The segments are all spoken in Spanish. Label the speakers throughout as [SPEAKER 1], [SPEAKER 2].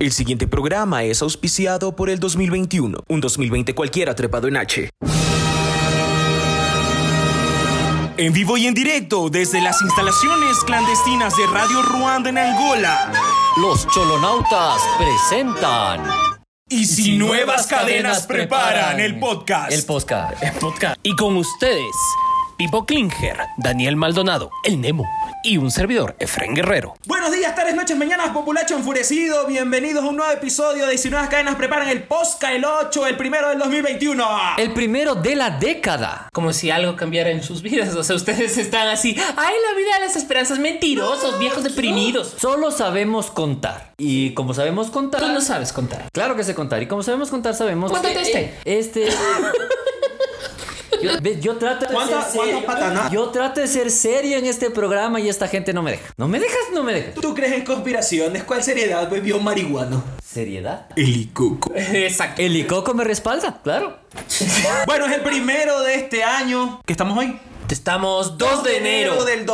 [SPEAKER 1] El siguiente programa es auspiciado por el 2021, un 2020 cualquiera trepado en H. En vivo y en directo desde las instalaciones clandestinas de Radio Ruanda en Angola.
[SPEAKER 2] Los Cholonautas presentan
[SPEAKER 1] Y si, nuevas cadenas preparan el podcast.
[SPEAKER 2] el podcast.
[SPEAKER 3] podcast. Y con ustedes, Pipo Klinger, Daniel Maldonado, el Nemo y un servidor, Efren Guerrero.
[SPEAKER 4] Buenos días, tardes, noches, mañanas, populacho enfurecido. Bienvenidos a un nuevo episodio de 19 cadenas. Preparan el Posca, el 8, el primero del 2021.
[SPEAKER 2] El primero de la década.
[SPEAKER 5] Como si algo cambiara en sus vidas. O sea, ustedes están así. ¡Ay, la vida de las esperanzas! Mentirosos, viejos deprimidos.
[SPEAKER 2] Solo sabemos contar. Y como sabemos contar.
[SPEAKER 5] Tú no sabes contar.
[SPEAKER 2] Claro que sé contar. Y como sabemos contar, sabemos.
[SPEAKER 5] ¿Cuánto te diste?
[SPEAKER 2] Este. Yo, ves, yo trato de
[SPEAKER 4] ¿Cuántas
[SPEAKER 2] ser
[SPEAKER 4] cuántas
[SPEAKER 2] serio.
[SPEAKER 4] patanas?
[SPEAKER 2] Yo trato de ser serio en este programa y esta gente no me deja. No me dejas, no me dejas.
[SPEAKER 4] ¿Tú crees en conspiraciones? ¿Cuál seriedad bebió Eh, un marihuano?
[SPEAKER 2] Seriedad.
[SPEAKER 4] El Icuco.
[SPEAKER 5] Exacto.
[SPEAKER 2] El Icoco me respalda, claro.
[SPEAKER 4] Bueno, es el primero de este año. ¿Qué estamos hoy?
[SPEAKER 5] Estamos 2 de enero.
[SPEAKER 4] del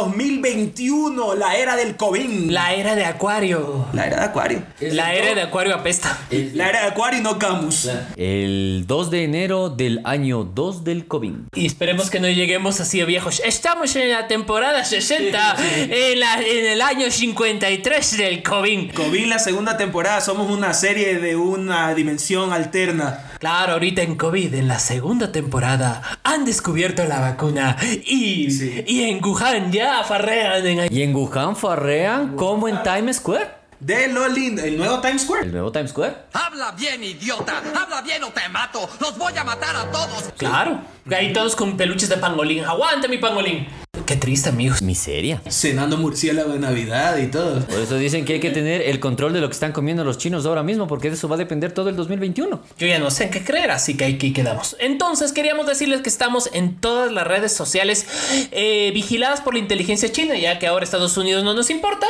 [SPEAKER 4] 2021, la era del COVID.
[SPEAKER 5] La era de Acuario.
[SPEAKER 4] La era de Acuario.
[SPEAKER 5] La era de Acuario apesta.
[SPEAKER 4] La era de Acuario y no Camus.
[SPEAKER 2] El 2 de enero del año 2 del COVID.
[SPEAKER 5] Y esperemos que no lleguemos así de viejos. Estamos en la temporada 60. En, la- en el año 53 del COVID.
[SPEAKER 4] COVID, la segunda temporada. Somos una serie de una dimensión alterna.
[SPEAKER 5] Claro, ahorita en COVID, en la segunda temporada, han descubierto la vacuna y,
[SPEAKER 4] Sí.
[SPEAKER 5] y en Wuhan ya farrean en
[SPEAKER 2] Y en Wuhan farrean como en Times Square.
[SPEAKER 4] De lo lindo. El nuevo Times Square.
[SPEAKER 2] El nuevo Times Square. Ah,
[SPEAKER 6] Habla bien, idiota. Habla bien o te mato. Los voy a matar a todos.
[SPEAKER 5] Claro, ahí todos con peluches de pangolín. ¡Aguanta mi pangolín! Qué triste, amigos.
[SPEAKER 2] Miseria.
[SPEAKER 4] Cenando murciélago de Navidad y todo.
[SPEAKER 2] Por eso dicen que hay que tener el control de lo que están comiendo los chinos ahora mismo, porque de eso va a depender todo el 2021.
[SPEAKER 5] Yo ya no sé en qué creer, así que aquí quedamos. Entonces, queríamos decirles que estamos en todas las redes sociales eh, vigiladas por la inteligencia china, ya que ahora Estados Unidos no nos importa.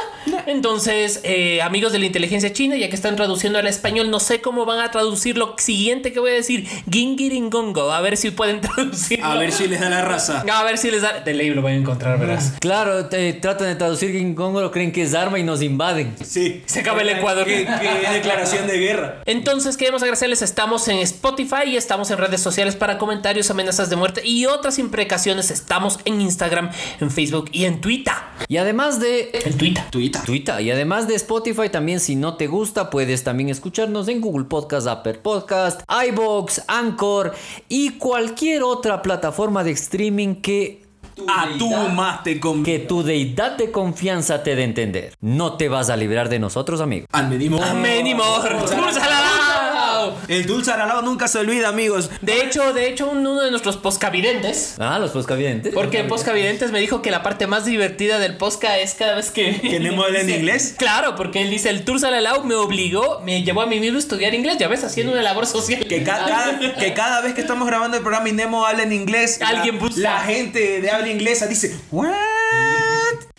[SPEAKER 5] Entonces, eh, amigos de la inteligencia china, ya que están traduciendo al español, no sé cómo van a traducir lo siguiente que voy a decir: Gingiringongo. A ver si pueden traducir.
[SPEAKER 4] A ver si les da la raza.
[SPEAKER 5] A ver si les da. De ley lo van a encontrar, verás.
[SPEAKER 2] Claro, te- tratan de traducir que en Congo lo creen que es arma y nos invaden.
[SPEAKER 4] Sí.
[SPEAKER 5] Se acaba el Ecuador.
[SPEAKER 4] Qué, qué declaración de guerra.
[SPEAKER 5] Entonces queremos agradecerles, estamos en Spotify y estamos en redes sociales para comentarios, amenazas de muerte y otras imprecaciones. Estamos en Instagram, en Facebook y en Twitter.
[SPEAKER 2] Y además de...
[SPEAKER 5] En Twitter.
[SPEAKER 4] Tuita.
[SPEAKER 2] Twitter. Y además de Spotify, también si no te gusta, puedes también escucharnos en Google Podcast, Apple Podcast, iBox, Anchor y cualquier otra plataforma de streaming que,
[SPEAKER 4] A Ah, tú más te con...
[SPEAKER 2] que tu deidad de confianza te dé a entender. No te vas a librar de nosotros, amigo.
[SPEAKER 4] Al mínimo.
[SPEAKER 5] Menimor. ¡Úsala!
[SPEAKER 4] Ah, El dulce aralao nunca se olvida, amigos.
[SPEAKER 5] De hecho, de hecho, un- uno de nuestros poscavidentes.
[SPEAKER 2] Ah, los poscavidentes.
[SPEAKER 5] Porque Poscavidentes me dijo que la parte más divertida del posca es cada vez que.
[SPEAKER 4] ¿Que Nemo habla en
[SPEAKER 5] dice-
[SPEAKER 4] inglés?
[SPEAKER 5] Claro, porque él dice: el Tour Salalau me obligó, me llevó a mí mismo a estudiar inglés, ya ves, haciendo una labor social.
[SPEAKER 4] Que, ca- cada, que cada vez que estamos grabando el programa y Nemo habla en inglés, la-
[SPEAKER 5] Alguien busca.
[SPEAKER 4] la, gente de habla inglesa dice, ¿What?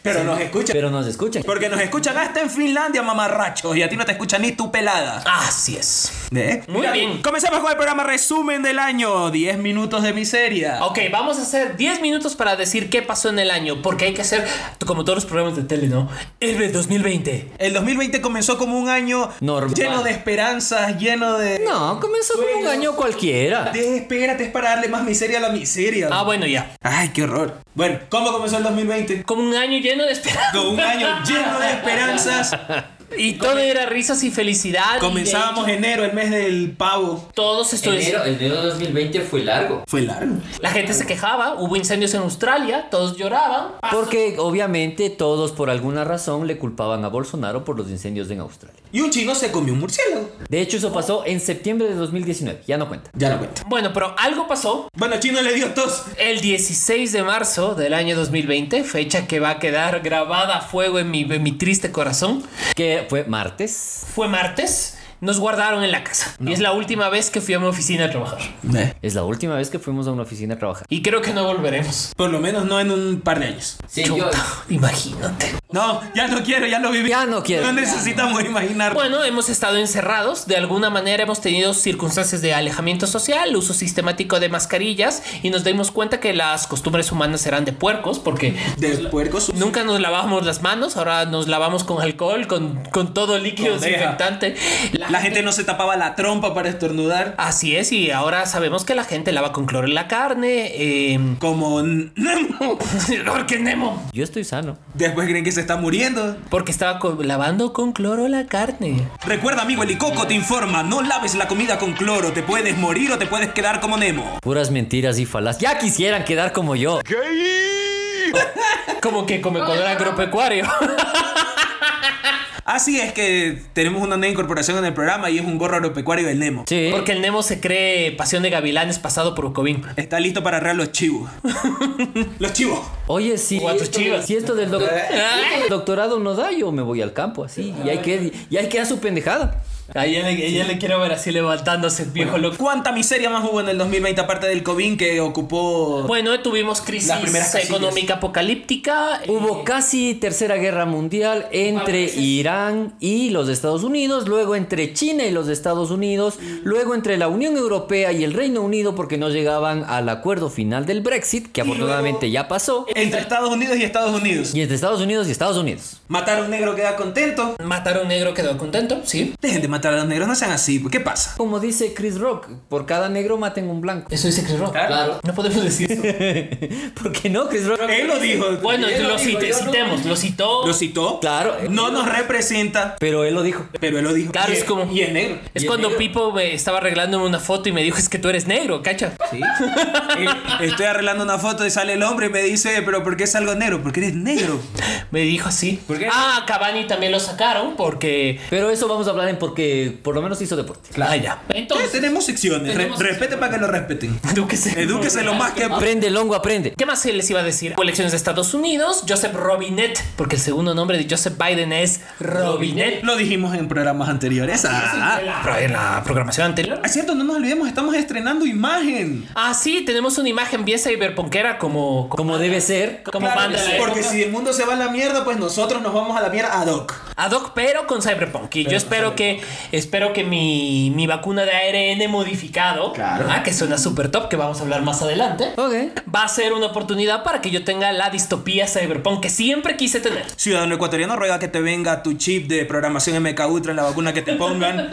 [SPEAKER 4] Pero nos escuchan.
[SPEAKER 2] Pero nos escuchan.
[SPEAKER 4] Porque nos escuchan hasta en Finlandia, mamarrachos. Y a ti no te escucha ni tu pelada.
[SPEAKER 5] Así es.
[SPEAKER 4] ¿Eh?
[SPEAKER 5] Muy bien.
[SPEAKER 4] Comenzamos con el programa resumen del año. 10 minutos de miseria.
[SPEAKER 5] Ok, vamos a hacer 10 minutos para decir qué pasó en el año, porque hay que hacer, como todos los programas de tele, ¿no? El 2020.
[SPEAKER 4] El 2020 comenzó como un año
[SPEAKER 2] Normal.
[SPEAKER 4] lleno de esperanzas, lleno de...
[SPEAKER 2] No, comenzó como un año cualquiera.
[SPEAKER 4] Desespérate, es para darle más miseria a la miseria.
[SPEAKER 5] Ah, bueno, ya.
[SPEAKER 4] Ay, qué horror. Bueno, ¿cómo comenzó el 2020?
[SPEAKER 5] Como un año lleno de esperanza.
[SPEAKER 4] Con un año lleno de esperanzas.
[SPEAKER 5] Y todo era risas y felicidad. y
[SPEAKER 4] Comenzábamos
[SPEAKER 5] de
[SPEAKER 4] enero, el mes del pavo.
[SPEAKER 5] hecho, Todos estuvieron.
[SPEAKER 2] el 2020 fue largo.
[SPEAKER 4] Fue largo.
[SPEAKER 5] La gente se quejaba, hubo incendios en Australia, todos lloraban.
[SPEAKER 2] Porque obviamente todos por alguna razón le culpaban a Bolsonaro por los incendios en Australia.
[SPEAKER 4] Y un chino se comió un murciélago.
[SPEAKER 2] De hecho, eso pasó en septiembre de 2019. Ya no cuenta.
[SPEAKER 4] Ya lo cuento.
[SPEAKER 5] Bueno, pero algo pasó
[SPEAKER 4] Bueno, chino le dio tos.
[SPEAKER 5] el 16 de marzo del año 2020, fecha que va a quedar grabada a fuego en mi, en mi triste corazón.
[SPEAKER 2] Que fue martes.
[SPEAKER 5] Fue martes. nos guardaron en la casa. Y es la última vez que fui a mi oficina a trabajar.
[SPEAKER 2] Es la última vez que fuimos a una oficina a trabajar.
[SPEAKER 5] Y creo que no volveremos.
[SPEAKER 4] Por lo menos no en un par de años.
[SPEAKER 7] Sí, yo,
[SPEAKER 5] Chuta, imagínate.
[SPEAKER 4] No, ya no quiero, ya lo viví.
[SPEAKER 2] Ya no quiero.
[SPEAKER 4] No necesitamos imaginar.
[SPEAKER 5] Bueno, hemos estado encerrados, de alguna manera hemos tenido circunstancias de alejamiento social, uso sistemático de mascarillas y nos dimos cuenta que las costumbres humanas eran de puercos porque
[SPEAKER 4] de puercos.
[SPEAKER 5] nunca nos lavábamos las manos, ahora nos lavamos con alcohol, con, con todo líquido
[SPEAKER 4] Con deja.
[SPEAKER 5] desinfectante. La
[SPEAKER 4] La gente no se tapaba la trompa para estornudar.
[SPEAKER 5] Así es, y ahora sabemos que la gente lava con cloro la carne. eh,
[SPEAKER 4] Como Nemo.
[SPEAKER 5] porque Nemo.
[SPEAKER 2] Yo estoy sano.
[SPEAKER 4] Después creen que se está muriendo.
[SPEAKER 5] Porque estaba co- lavando con cloro la carne.
[SPEAKER 4] Recuerda, amigo, el icoco te informa. No laves la comida con cloro. Te puedes morir o te puedes quedar como Nemo.
[SPEAKER 2] Puras mentiras y falas. Ya quisieran quedar como yo.
[SPEAKER 5] Como que comedor agropecuario.
[SPEAKER 4] Así es que tenemos una nueva incorporación en el programa y es un gorro agropecuario del Nemo.
[SPEAKER 2] Sí.
[SPEAKER 5] Porque el Nemo se cree pasión de gavilanes pasado por Ucobín.
[SPEAKER 4] Está listo para arrear los chivos. los chivos.
[SPEAKER 2] Oye, si,
[SPEAKER 5] O a tus chivas.
[SPEAKER 2] si esto del doc- si esto del doctorado no da, yo me voy al campo así. Y hay que, y hay que dar su pendejada.
[SPEAKER 5] Ahí ella, le- ella le quiero ver así levantándose, el viejo loco.
[SPEAKER 4] ¿Cuánta miseria más hubo en el 2020 aparte del COVID que ocupó...
[SPEAKER 5] Bueno, tuvimos
[SPEAKER 4] Las primeras
[SPEAKER 5] crisis
[SPEAKER 4] casillas.
[SPEAKER 5] económica apocalíptica. eh,
[SPEAKER 2] Hubo casi tercera guerra mundial entre Irán y los Estados Unidos, luego entre China y los Estados Unidos, luego entre la Unión Europea y el Reino Unido porque no llegaban al acuerdo final del Brexit, que afortunadamente ya pasó,
[SPEAKER 4] Entre Estados Unidos y Estados Unidos.
[SPEAKER 2] y entre Estados Unidos y Estados Unidos.
[SPEAKER 4] Matar a un negro queda contento.
[SPEAKER 5] Matar a un negro quedó contento, sí.
[SPEAKER 4] Dejen de matar a los negros, no sean así. pues, ¿Qué pasa?
[SPEAKER 2] Como dice Chris Rock, por cada negro maten un blanco.
[SPEAKER 5] Eso dice Chris Rock.
[SPEAKER 7] Claro.
[SPEAKER 5] No podemos decir eso.
[SPEAKER 2] ¿Por qué no, Chris Rock?
[SPEAKER 4] Él lo dijo.
[SPEAKER 5] Bueno,
[SPEAKER 7] Él lo
[SPEAKER 5] lo
[SPEAKER 7] dijo,
[SPEAKER 5] cite-
[SPEAKER 7] yo no.
[SPEAKER 5] citemos, lo citó.
[SPEAKER 4] Lo citó.
[SPEAKER 2] Claro, eh,
[SPEAKER 4] No nos representa,
[SPEAKER 2] pero él lo dijo.
[SPEAKER 4] pero él lo dijo.
[SPEAKER 5] Claro,
[SPEAKER 4] Y
[SPEAKER 5] es como-
[SPEAKER 4] Y es negro.
[SPEAKER 5] Es cuando Pipo me estaba arreglándome una foto y me dijo, es que tú eres negro, cacha.
[SPEAKER 4] Eh, Estoy arreglando una foto y sale el hombre y me dice, pero ¿por qué salgo negro? Porque eres negro.
[SPEAKER 5] Me dijo así. Ah, Cavani también lo sacaron porque...
[SPEAKER 2] Pero eso vamos a hablar en porque por lo menos hizo deporte.
[SPEAKER 5] Ah, ya.
[SPEAKER 4] Eh,
[SPEAKER 5] Entonces,
[SPEAKER 4] tenemos secciones. Re-
[SPEAKER 5] Tenemos
[SPEAKER 4] respete para que lo respeten.
[SPEAKER 5] edúquese.
[SPEAKER 4] Edúquese lo más que...
[SPEAKER 2] Aprende, Longo, aprende.
[SPEAKER 5] ¿Qué más se les iba a decir? Hubo Elecciones de Estados Unidos, Joseph Robinette, porque el segundo nombre de Joseph Biden es Robinette.
[SPEAKER 4] Lo dijimos en programas anteriores. Ah,
[SPEAKER 5] Pero en la programación anterior.
[SPEAKER 4] es cierto, no nos olvidemos, estamos estrenando imagen.
[SPEAKER 5] Ah, sí, tenemos una imagen bien cyberpunkera como, como,
[SPEAKER 2] Como debe ser.
[SPEAKER 5] como
[SPEAKER 4] Claro,
[SPEAKER 5] banda.
[SPEAKER 4] porque si el mundo se va a la mierda, pues nosotros nos vamos a la mierda ad hoc.
[SPEAKER 5] Ad hoc, pero con cyberpunk. Y yo espero que espero que mi, mi vacuna de ARN modificado, ah, que suena súper top, que vamos a hablar más adelante,
[SPEAKER 2] Ok.
[SPEAKER 5] va a ser una oportunidad para que yo tenga la distopía cyberpunk que siempre quise tener.
[SPEAKER 4] Ciudadano ecuatoriano ruega que te venga tu chip de programación MK Ultra en la vacuna que te pongan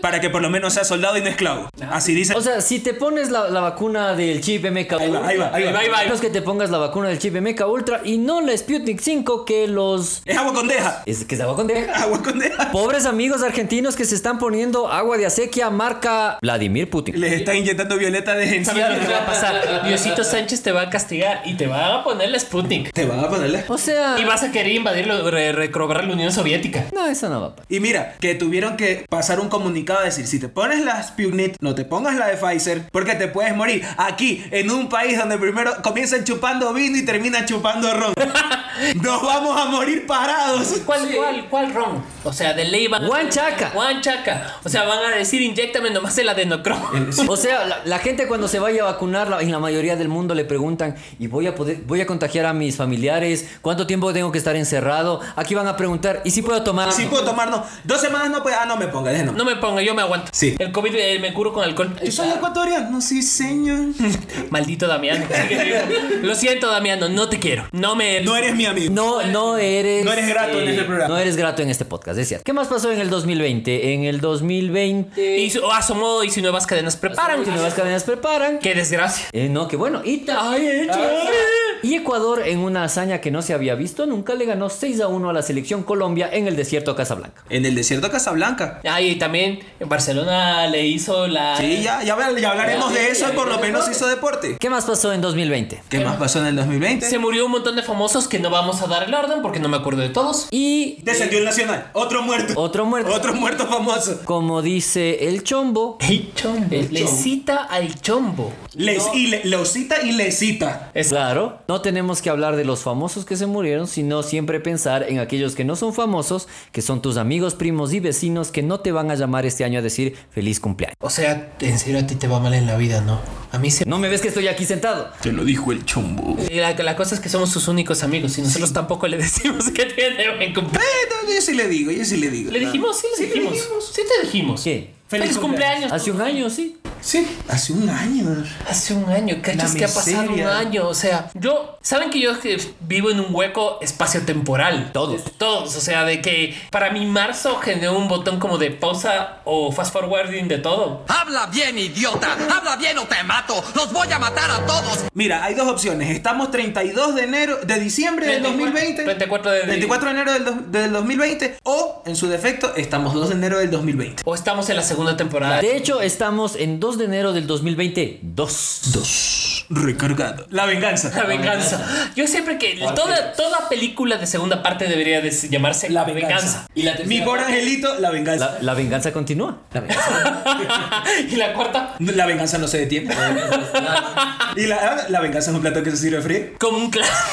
[SPEAKER 4] para que por lo menos seas soldado y no esclavo. Así dice.
[SPEAKER 2] O sea, si te pones la, la vacuna del chip MK
[SPEAKER 4] Ahí va,
[SPEAKER 2] Ultra.
[SPEAKER 4] ahí va, ahí va.
[SPEAKER 5] Bye, bye.
[SPEAKER 2] menos que te pongas la vacuna del chip MK Ultra y no la Sputnik 5 que los...
[SPEAKER 4] Es agua con deja.
[SPEAKER 2] Es que se va con deja.
[SPEAKER 4] Agua con deja.
[SPEAKER 2] Pobres amigos argentinos que se están poniendo agua de acequia marca Vladimir Putin.
[SPEAKER 4] Les está inyectando violeta de
[SPEAKER 5] ¿Sabes lo que va
[SPEAKER 4] encina.
[SPEAKER 5] a pasar? Diosito Sánchez te va a castigar y te va a poner la Sputnik.
[SPEAKER 4] Te van a ponerle.
[SPEAKER 2] O sea...
[SPEAKER 5] Y vas a querer invadir, lo- re- recobrar la Unión Soviética.
[SPEAKER 2] No, eso no va a pasar.
[SPEAKER 4] Y mira, que tuvieron que pasar un comunicado a decir, si te pones la Sputnik, no te pongas la de Pfizer, porque te puedes morir aquí, en un país donde primero comienzan chupando vino y terminan chupando ron. Nos vamos a morir parados.
[SPEAKER 5] ¿Cuál, cuál, cuál ron? O sea, de ley van a-
[SPEAKER 2] Huanchaca.
[SPEAKER 5] Huanchaca. O sea, van a decir, inyectame nomás el adenocromo.
[SPEAKER 2] O sea, la, la gente cuando se vaya a vacunar, la- en la mayoría del mundo le preguntan, ¿y voy a poder, voy a contagiar a mis familiares? ¿Cuánto tiempo tengo que estar encerrado? Aquí van a preguntar, ¿y si puedo tomar?
[SPEAKER 4] Si puedo tomar, no. Dos semanas no puedo. Ah, no me ponga, déjenme.
[SPEAKER 5] No me ponga, yo me aguanto.
[SPEAKER 4] Sí.
[SPEAKER 5] El COVID eh, me curo con alcohol.
[SPEAKER 4] Yo soy ecuatoriano, sí, señor.
[SPEAKER 5] Maldito Damiano. Lo siento, Damiano, no te quiero. No me.
[SPEAKER 4] No eres mi amigo.
[SPEAKER 2] No, no eres.
[SPEAKER 4] eh,
[SPEAKER 2] eh,
[SPEAKER 4] No eres grato en este programa.
[SPEAKER 2] No eres grato en este podcast, es cierto. ¿Qué más pasó en el 2020? En el 2020.
[SPEAKER 5] Y su- asomó y si nuevas cadenas preparan.
[SPEAKER 2] Si nuevas cadenas preparan.
[SPEAKER 5] Qué desgracia.
[SPEAKER 2] Eh, no, qué bueno. Y, ta- eh,
[SPEAKER 4] Ah,
[SPEAKER 2] y Ecuador, en una hazaña que no se había visto, nunca le ganó 6 a 1 a la selección Colombia en el desierto Casablanca.
[SPEAKER 4] En el desierto de Casablanca.
[SPEAKER 5] Ay, y también Barcelona le hizo la.
[SPEAKER 4] Sí, ya, ya, habl- ya hablaremos de eso, por lo menos hizo deporte.
[SPEAKER 2] ¿Qué más pasó en 2020?
[SPEAKER 4] ¿Qué más pasó en el 2020?
[SPEAKER 5] Se murió un montón de famosos que no vamos a dar el orden porque no me acuerdo de todos.
[SPEAKER 2] Y
[SPEAKER 4] Descendió el Nacional. Otro muerto.
[SPEAKER 2] otro muerto.
[SPEAKER 4] Otro muerto famoso.
[SPEAKER 2] Como dice el chombo.
[SPEAKER 5] El chombo. Le cita al chombo.
[SPEAKER 4] Les, y le- los cita y les cita.
[SPEAKER 5] Es-
[SPEAKER 2] Claro, no tenemos que hablar de los famosos que se murieron, sino siempre pensar en aquellos que no son famosos, que son tus amigos, primos y vecinos que no te van a llamar este año a decir feliz cumpleaños.
[SPEAKER 5] O sea, en serio a ti te va mal en la vida, ¿no? A mí se...
[SPEAKER 2] No me ves que estoy aquí sentado.
[SPEAKER 1] Te lo dijo el chombo.
[SPEAKER 4] Eh,
[SPEAKER 5] La, la cosa es que somos sus únicos amigos y nosotros tampoco le decimos que tiene buen cumpleaños.
[SPEAKER 4] Bueno, yo sí le digo, yo sí le digo.
[SPEAKER 5] ¿Le dijimos? Sí, le dijimos. Sí te dijimos.
[SPEAKER 2] ¿Qué?
[SPEAKER 5] Feliz,
[SPEAKER 4] Feliz
[SPEAKER 5] cumpleaños.
[SPEAKER 2] Hace un año, sí.
[SPEAKER 4] Sí, hace un año.
[SPEAKER 5] Hace un año, ¿cachas
[SPEAKER 4] La
[SPEAKER 5] que ha pasado un
[SPEAKER 4] miseria.
[SPEAKER 5] año? O sea, yo, ¿saben que yo que vivo en un hueco espacio-temporal?
[SPEAKER 2] Todos.
[SPEAKER 5] Todos, o sea, de que para mí marzo generó un botón como de pausa o fast forwarding de todo.
[SPEAKER 6] Habla bien, idiota. Habla bien o te mato. Los voy a matar a todos.
[SPEAKER 4] Mira, hay dos opciones. Estamos 32 de enero de diciembre del
[SPEAKER 5] 24,
[SPEAKER 4] 2020.
[SPEAKER 5] 24 de-
[SPEAKER 4] 24 de enero del, dos- del 2020 o en su defecto estamos 2 de enero del 2020.
[SPEAKER 5] O estamos en la segunda temporada.
[SPEAKER 2] De hecho, estamos en 2 de enero del 2020. Dos.
[SPEAKER 4] Recargado. La venganza.
[SPEAKER 5] La venganza. Yo siempre que toda, toda película de segunda parte debería de llamarse La venganza.
[SPEAKER 2] Y la
[SPEAKER 4] Mi pobre angelito, la venganza.
[SPEAKER 2] La, la venganza continúa.
[SPEAKER 5] y la cuarta,
[SPEAKER 4] La, venganza no se detiene. y la, la venganza es un plato que se sirve frío.
[SPEAKER 5] como un clásico.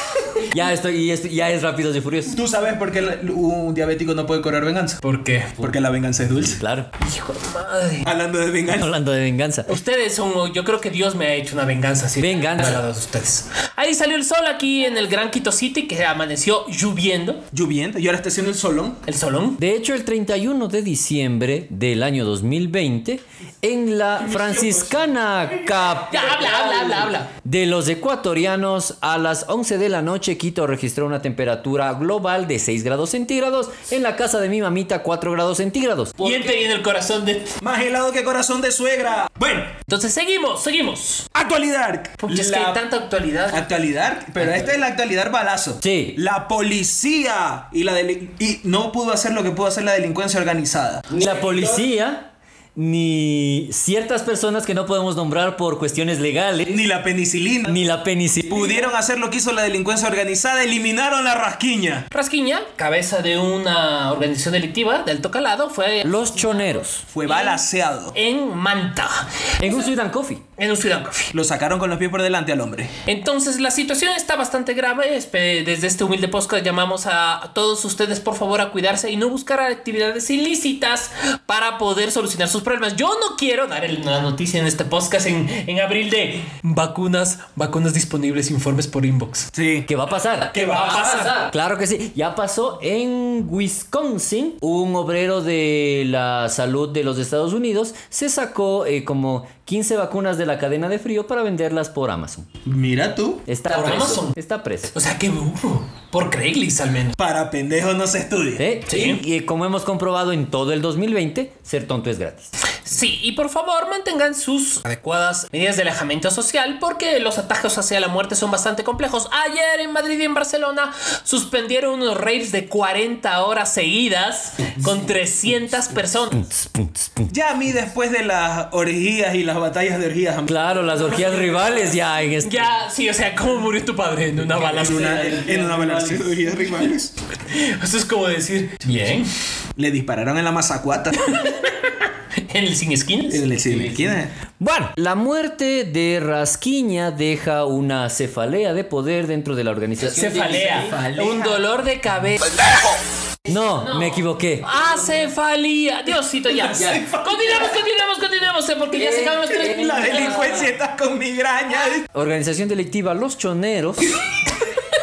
[SPEAKER 2] Ya estoy, y esto- ya es rápidos y furiosos.
[SPEAKER 4] ¿Tú sabes por qué la- un diabético no puede cobrar venganza?
[SPEAKER 5] ¿Por qué?
[SPEAKER 4] Porque la venganza es dulce.
[SPEAKER 2] Claro.
[SPEAKER 5] Hijo de madre.
[SPEAKER 4] Hablando de venganza.
[SPEAKER 2] Hablando de venganza.
[SPEAKER 5] Ustedes son, yo creo que Dios me ha hecho una venganza así.
[SPEAKER 2] Venganza.
[SPEAKER 5] Al lado de ustedes. Ahí salió el sol aquí en el Gran Quito City que amaneció lloviendo.
[SPEAKER 4] Lloviendo. Y ahora está haciendo el solón.
[SPEAKER 5] El solón.
[SPEAKER 2] De hecho, el 31 de diciembre del año 2020, en la franciscana
[SPEAKER 5] Ya,
[SPEAKER 2] Cap
[SPEAKER 5] habla, habla, habla, habla.
[SPEAKER 2] de los ecuatorianos, a las 11 de la noche, Quito registró una temperatura global de 6 grados centígrados. En la casa de mi mamita, 4 grados centígrados.
[SPEAKER 5] Y entre en el corazón de.
[SPEAKER 4] Más helado que corazón de suegra. Bueno,
[SPEAKER 5] Entonces seguimos, seguimos.
[SPEAKER 4] actualidad.
[SPEAKER 5] Pucha, es que
[SPEAKER 4] La-
[SPEAKER 5] hay tanta actualidad.
[SPEAKER 4] Actualidad, pero esta es la actualidad balazo.
[SPEAKER 2] Sí.
[SPEAKER 4] La policía y la deli- y no pudo hacer lo que pudo hacer la delincuencia organizada.
[SPEAKER 2] Ni la policía, ni ciertas personas que no podemos nombrar por cuestiones legales,
[SPEAKER 4] Ni la penicilina.
[SPEAKER 2] ni la penicilina.
[SPEAKER 4] pudieron hacer lo que hizo la delincuencia organizada, eliminaron la rasquiña.
[SPEAKER 5] Rasquiña, cabeza de una organización delictiva de alto calado, fue
[SPEAKER 2] Los choneros.
[SPEAKER 4] Fue balaseado.
[SPEAKER 5] en Manta,
[SPEAKER 2] En un Sudan Coffee.
[SPEAKER 5] en un Sudan Coffee.
[SPEAKER 4] Lo sacaron con los pies por delante al hombre.
[SPEAKER 5] Entonces la situación está bastante grave. Espe- Desde este humilde podcast llamamos a a todos ustedes por favor a cuidarse y no buscar actividades ilícitas para poder solucionar sus problemas. Yo no quiero dar el- la noticia en este podcast en, en abril de vacunas, vacunas disponibles, informes por inbox.
[SPEAKER 4] Sí.
[SPEAKER 2] ¿Qué va a pasar? Ah,
[SPEAKER 5] ¿Qué va a pasar?
[SPEAKER 2] Claro que sí. Ya pasó en Wisconsin. Un obrero de la salud de los Estados Unidos se sacó eh, como 15 vacunas de la cadena de frío para venderlas por Amazon.
[SPEAKER 4] Mira tú.
[SPEAKER 2] Está
[SPEAKER 5] ¿Por
[SPEAKER 2] preso.
[SPEAKER 5] Amazon?
[SPEAKER 2] Está preso.
[SPEAKER 5] O sea, qué burro. Por Craigslist al menos.
[SPEAKER 4] Para pendejos no se estudia.
[SPEAKER 2] ¿Eh?
[SPEAKER 5] Sí.
[SPEAKER 2] Y, eh, como hemos comprobado en todo el 2020, ser tonto es gratis.
[SPEAKER 5] Sí, y por favor mantengan sus adecuadas medidas de alejamiento social porque los atajos hacia la muerte son bastante complejos. Ayer en Madrid y en Barcelona suspendieron unos raves de 40 horas seguidas con 300 personas.
[SPEAKER 4] Ya a mí después de las orgías y las batallas de orgías. am-
[SPEAKER 2] Claro, las orgías rivales ya en este.
[SPEAKER 5] Ya, sí, o sea, ¿cómo murió tu padre en una
[SPEAKER 4] En una,
[SPEAKER 5] balacera?
[SPEAKER 4] en una balacera de orgías rivales.
[SPEAKER 5] Eso es como decir, bien,
[SPEAKER 4] Le dispararon en la mazacuata.
[SPEAKER 5] en el sin esquinas.
[SPEAKER 4] en el cine. ¿Quién es?
[SPEAKER 2] Bueno, la muerte de Rasquiña deja una cefalea de poder dentro de la organización.
[SPEAKER 5] Cefalea, un dolor de cabeza.
[SPEAKER 2] No, me equivoqué.
[SPEAKER 5] Acefalía. Diosito, ya. Continuamos, continuamos, continuamos, eh, porque ya se acaban los tres
[SPEAKER 4] La
[SPEAKER 5] minutos.
[SPEAKER 4] delincuencia está con migraña.
[SPEAKER 2] Organización delictiva Los Choneros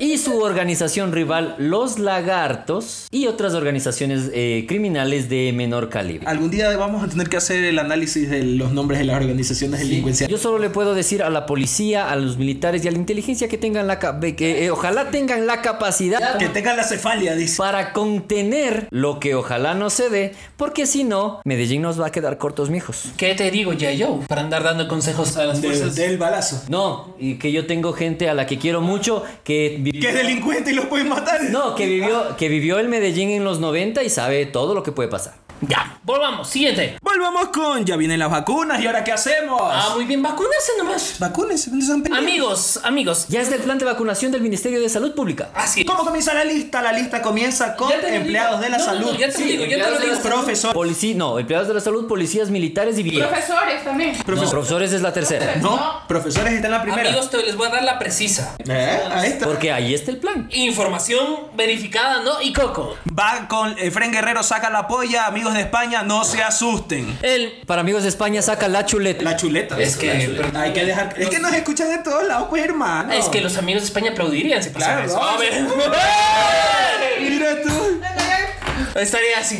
[SPEAKER 2] y su organización rival Los Lagartos y otras organizaciones eh, criminales de menor calibre.
[SPEAKER 4] Algún día vamos a tener que hacer el análisis de los nombres de las organizaciones delincuenciales.
[SPEAKER 2] Yo solo le puedo decir a la policía, a los militares y a la inteligencia que tengan la cap- que eh, ojalá tengan la capacidad
[SPEAKER 4] Que tengan la cefalia, dice.
[SPEAKER 2] para contener lo que ojalá no se dé, porque si no, Medellín nos va a quedar cortos, mijos.
[SPEAKER 5] ¿Qué te digo, ya yo? Para andar dando consejos a las
[SPEAKER 4] Del,
[SPEAKER 5] fuerzas.
[SPEAKER 4] del balazo.
[SPEAKER 2] No, y que yo tengo gente a la que quiero mucho que vi-
[SPEAKER 4] Que es delincuente y los pueden matar.
[SPEAKER 2] no, que vivió que vivió el Medellín en los 90 y sabe todo lo que puede pasar.
[SPEAKER 5] Ya, volvamos. Siguiente.
[SPEAKER 4] Volvamos con, ya vienen las vacunas y ahora qué hacemos.
[SPEAKER 5] Ah, muy bien, vacúnense nomás.
[SPEAKER 4] Vacunas, no sean pendejos.
[SPEAKER 5] Amigos, amigos.
[SPEAKER 2] Ya está el plan de vacunación del Ministerio de Salud Pública.
[SPEAKER 5] Así es.
[SPEAKER 4] ¿Cómo comienza la lista? La lista comienza con
[SPEAKER 5] Ya te lo
[SPEAKER 4] empleados
[SPEAKER 5] digo.
[SPEAKER 4] de la
[SPEAKER 5] No, no,
[SPEAKER 4] salud.
[SPEAKER 5] no, ya te lo digo, ya te lo
[SPEAKER 4] empleados de
[SPEAKER 5] digo.
[SPEAKER 4] la Profesor.
[SPEAKER 2] Policía, no, empleados de la salud, policías militares y bien.
[SPEAKER 7] Profesores también.
[SPEAKER 4] Profesor.
[SPEAKER 2] Profesores es la tercera.
[SPEAKER 4] No, profesores está en la primera.
[SPEAKER 5] Amigos, te les voy a dar la precisa.
[SPEAKER 4] Eh, Ahí está.
[SPEAKER 2] Porque ahí está el plan.
[SPEAKER 5] Información verificada, ¿no? Y Coco.
[SPEAKER 4] Va con Efren Guerrero, saca la polla. Amigos de España, no se asusten.
[SPEAKER 5] El
[SPEAKER 2] Para amigos de España, saca la chuleta.
[SPEAKER 4] La chuleta.
[SPEAKER 5] Es que-
[SPEAKER 4] La chuleta. hay que dejar. Es que nos escuchan de todos lados, pues hermano.
[SPEAKER 5] Es que los amigos de España aplaudirían si pasara
[SPEAKER 4] Claro,
[SPEAKER 5] eso.
[SPEAKER 4] ¿no?
[SPEAKER 5] A ver.
[SPEAKER 4] Mira tú.
[SPEAKER 5] Estaría así.